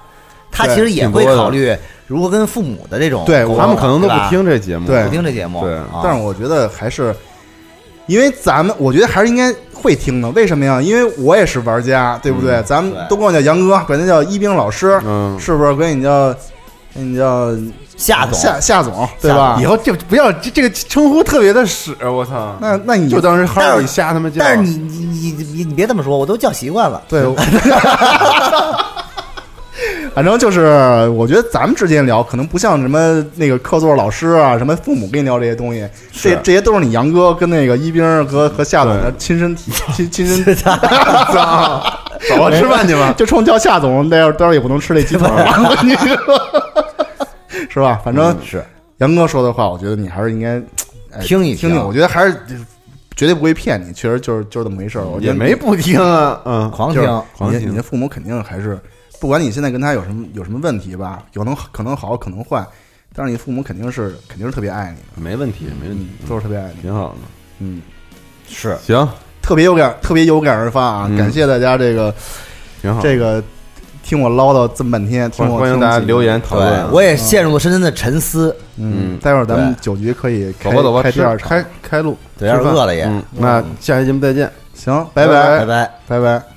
S4: 他
S3: 对
S4: 其实也
S2: 挺
S4: 会
S2: 多的
S4: 考虑如何跟父母的这种
S3: 对
S4: 沟通
S2: 他们可能都
S4: 对
S2: 不
S4: 吧
S2: 听这节目。
S3: 对
S4: 不听这节目，
S2: 对
S4: 啊
S3: 但是我觉得还是，因为咱们我觉得还是应该会听的。为什么呀？因为我也是玩家，对不对？咱
S4: 嗯
S3: 们
S4: 对
S3: 都管我叫杨哥，管他叫一冰老师，
S2: 嗯
S3: 是不是？管你叫。你叫
S4: 夏总
S3: 夏夏总对吧？
S2: 以后这不要这这个称呼特别的屎，我操！
S3: 那那你
S2: 就当是哈
S4: 但是
S2: 尔瞎他妈叫。
S4: 但是你你你你你别这么说，我都叫习惯了。
S3: 对， 反正就是我觉得咱们之间聊，可能不像什么那个客座老师啊，什么父母跟你聊这些东西，这这些都是你杨哥跟那个一冰儿和和夏总的 亲身体亲亲身体
S2: 走啊，吃饭去吧。
S3: 就冲叫夏总，待会儿待会儿也不能吃这鸡腿儿了，我跟你说， 嗯是吧？反
S2: 嗯
S3: 正
S4: 是
S3: 杨哥说的话，我觉得你还是应该哎
S4: 听一
S3: 听
S4: 听
S3: 我觉得还是绝对不会骗你，确实就是就是这么回事儿。我觉
S2: 也
S3: 得
S2: 没不听啊，嗯，
S4: 狂
S3: 就是
S4: 听，
S2: 狂
S3: 你的
S2: 听
S3: 你的父母肯定还是，不管你现在跟他有什么有什么问题吧，有能可能好可能坏，但是你父母肯定是肯定是特别爱你的，
S2: 没问题，没问题
S3: 嗯，，都是特别爱你，
S2: 挺好的。
S3: 嗯，
S4: 是
S2: 行，
S3: 特别有感特别有感而发啊！
S2: 嗯
S3: 感谢大家这个
S2: 挺好。
S3: 这个听我唠叨这么半天，听
S2: 欢
S3: 我
S2: 欢迎大家留，言讨
S4: 对
S2: 论啊。，
S4: 我也陷入了深深的沉思，
S3: 听我节目嗯，
S2: 嗯
S3: 待会儿咱们
S4: 对
S3: 酒局可以开
S2: 走吧走吧，
S3: 开
S2: 吃
S3: 第二场，
S2: 开开路，
S4: 对有点
S2: 吃饭
S4: 饿了也
S2: 嗯那下期节目再见。
S3: 行，拜
S2: 嗯拜
S4: 拜拜。
S3: 拜拜。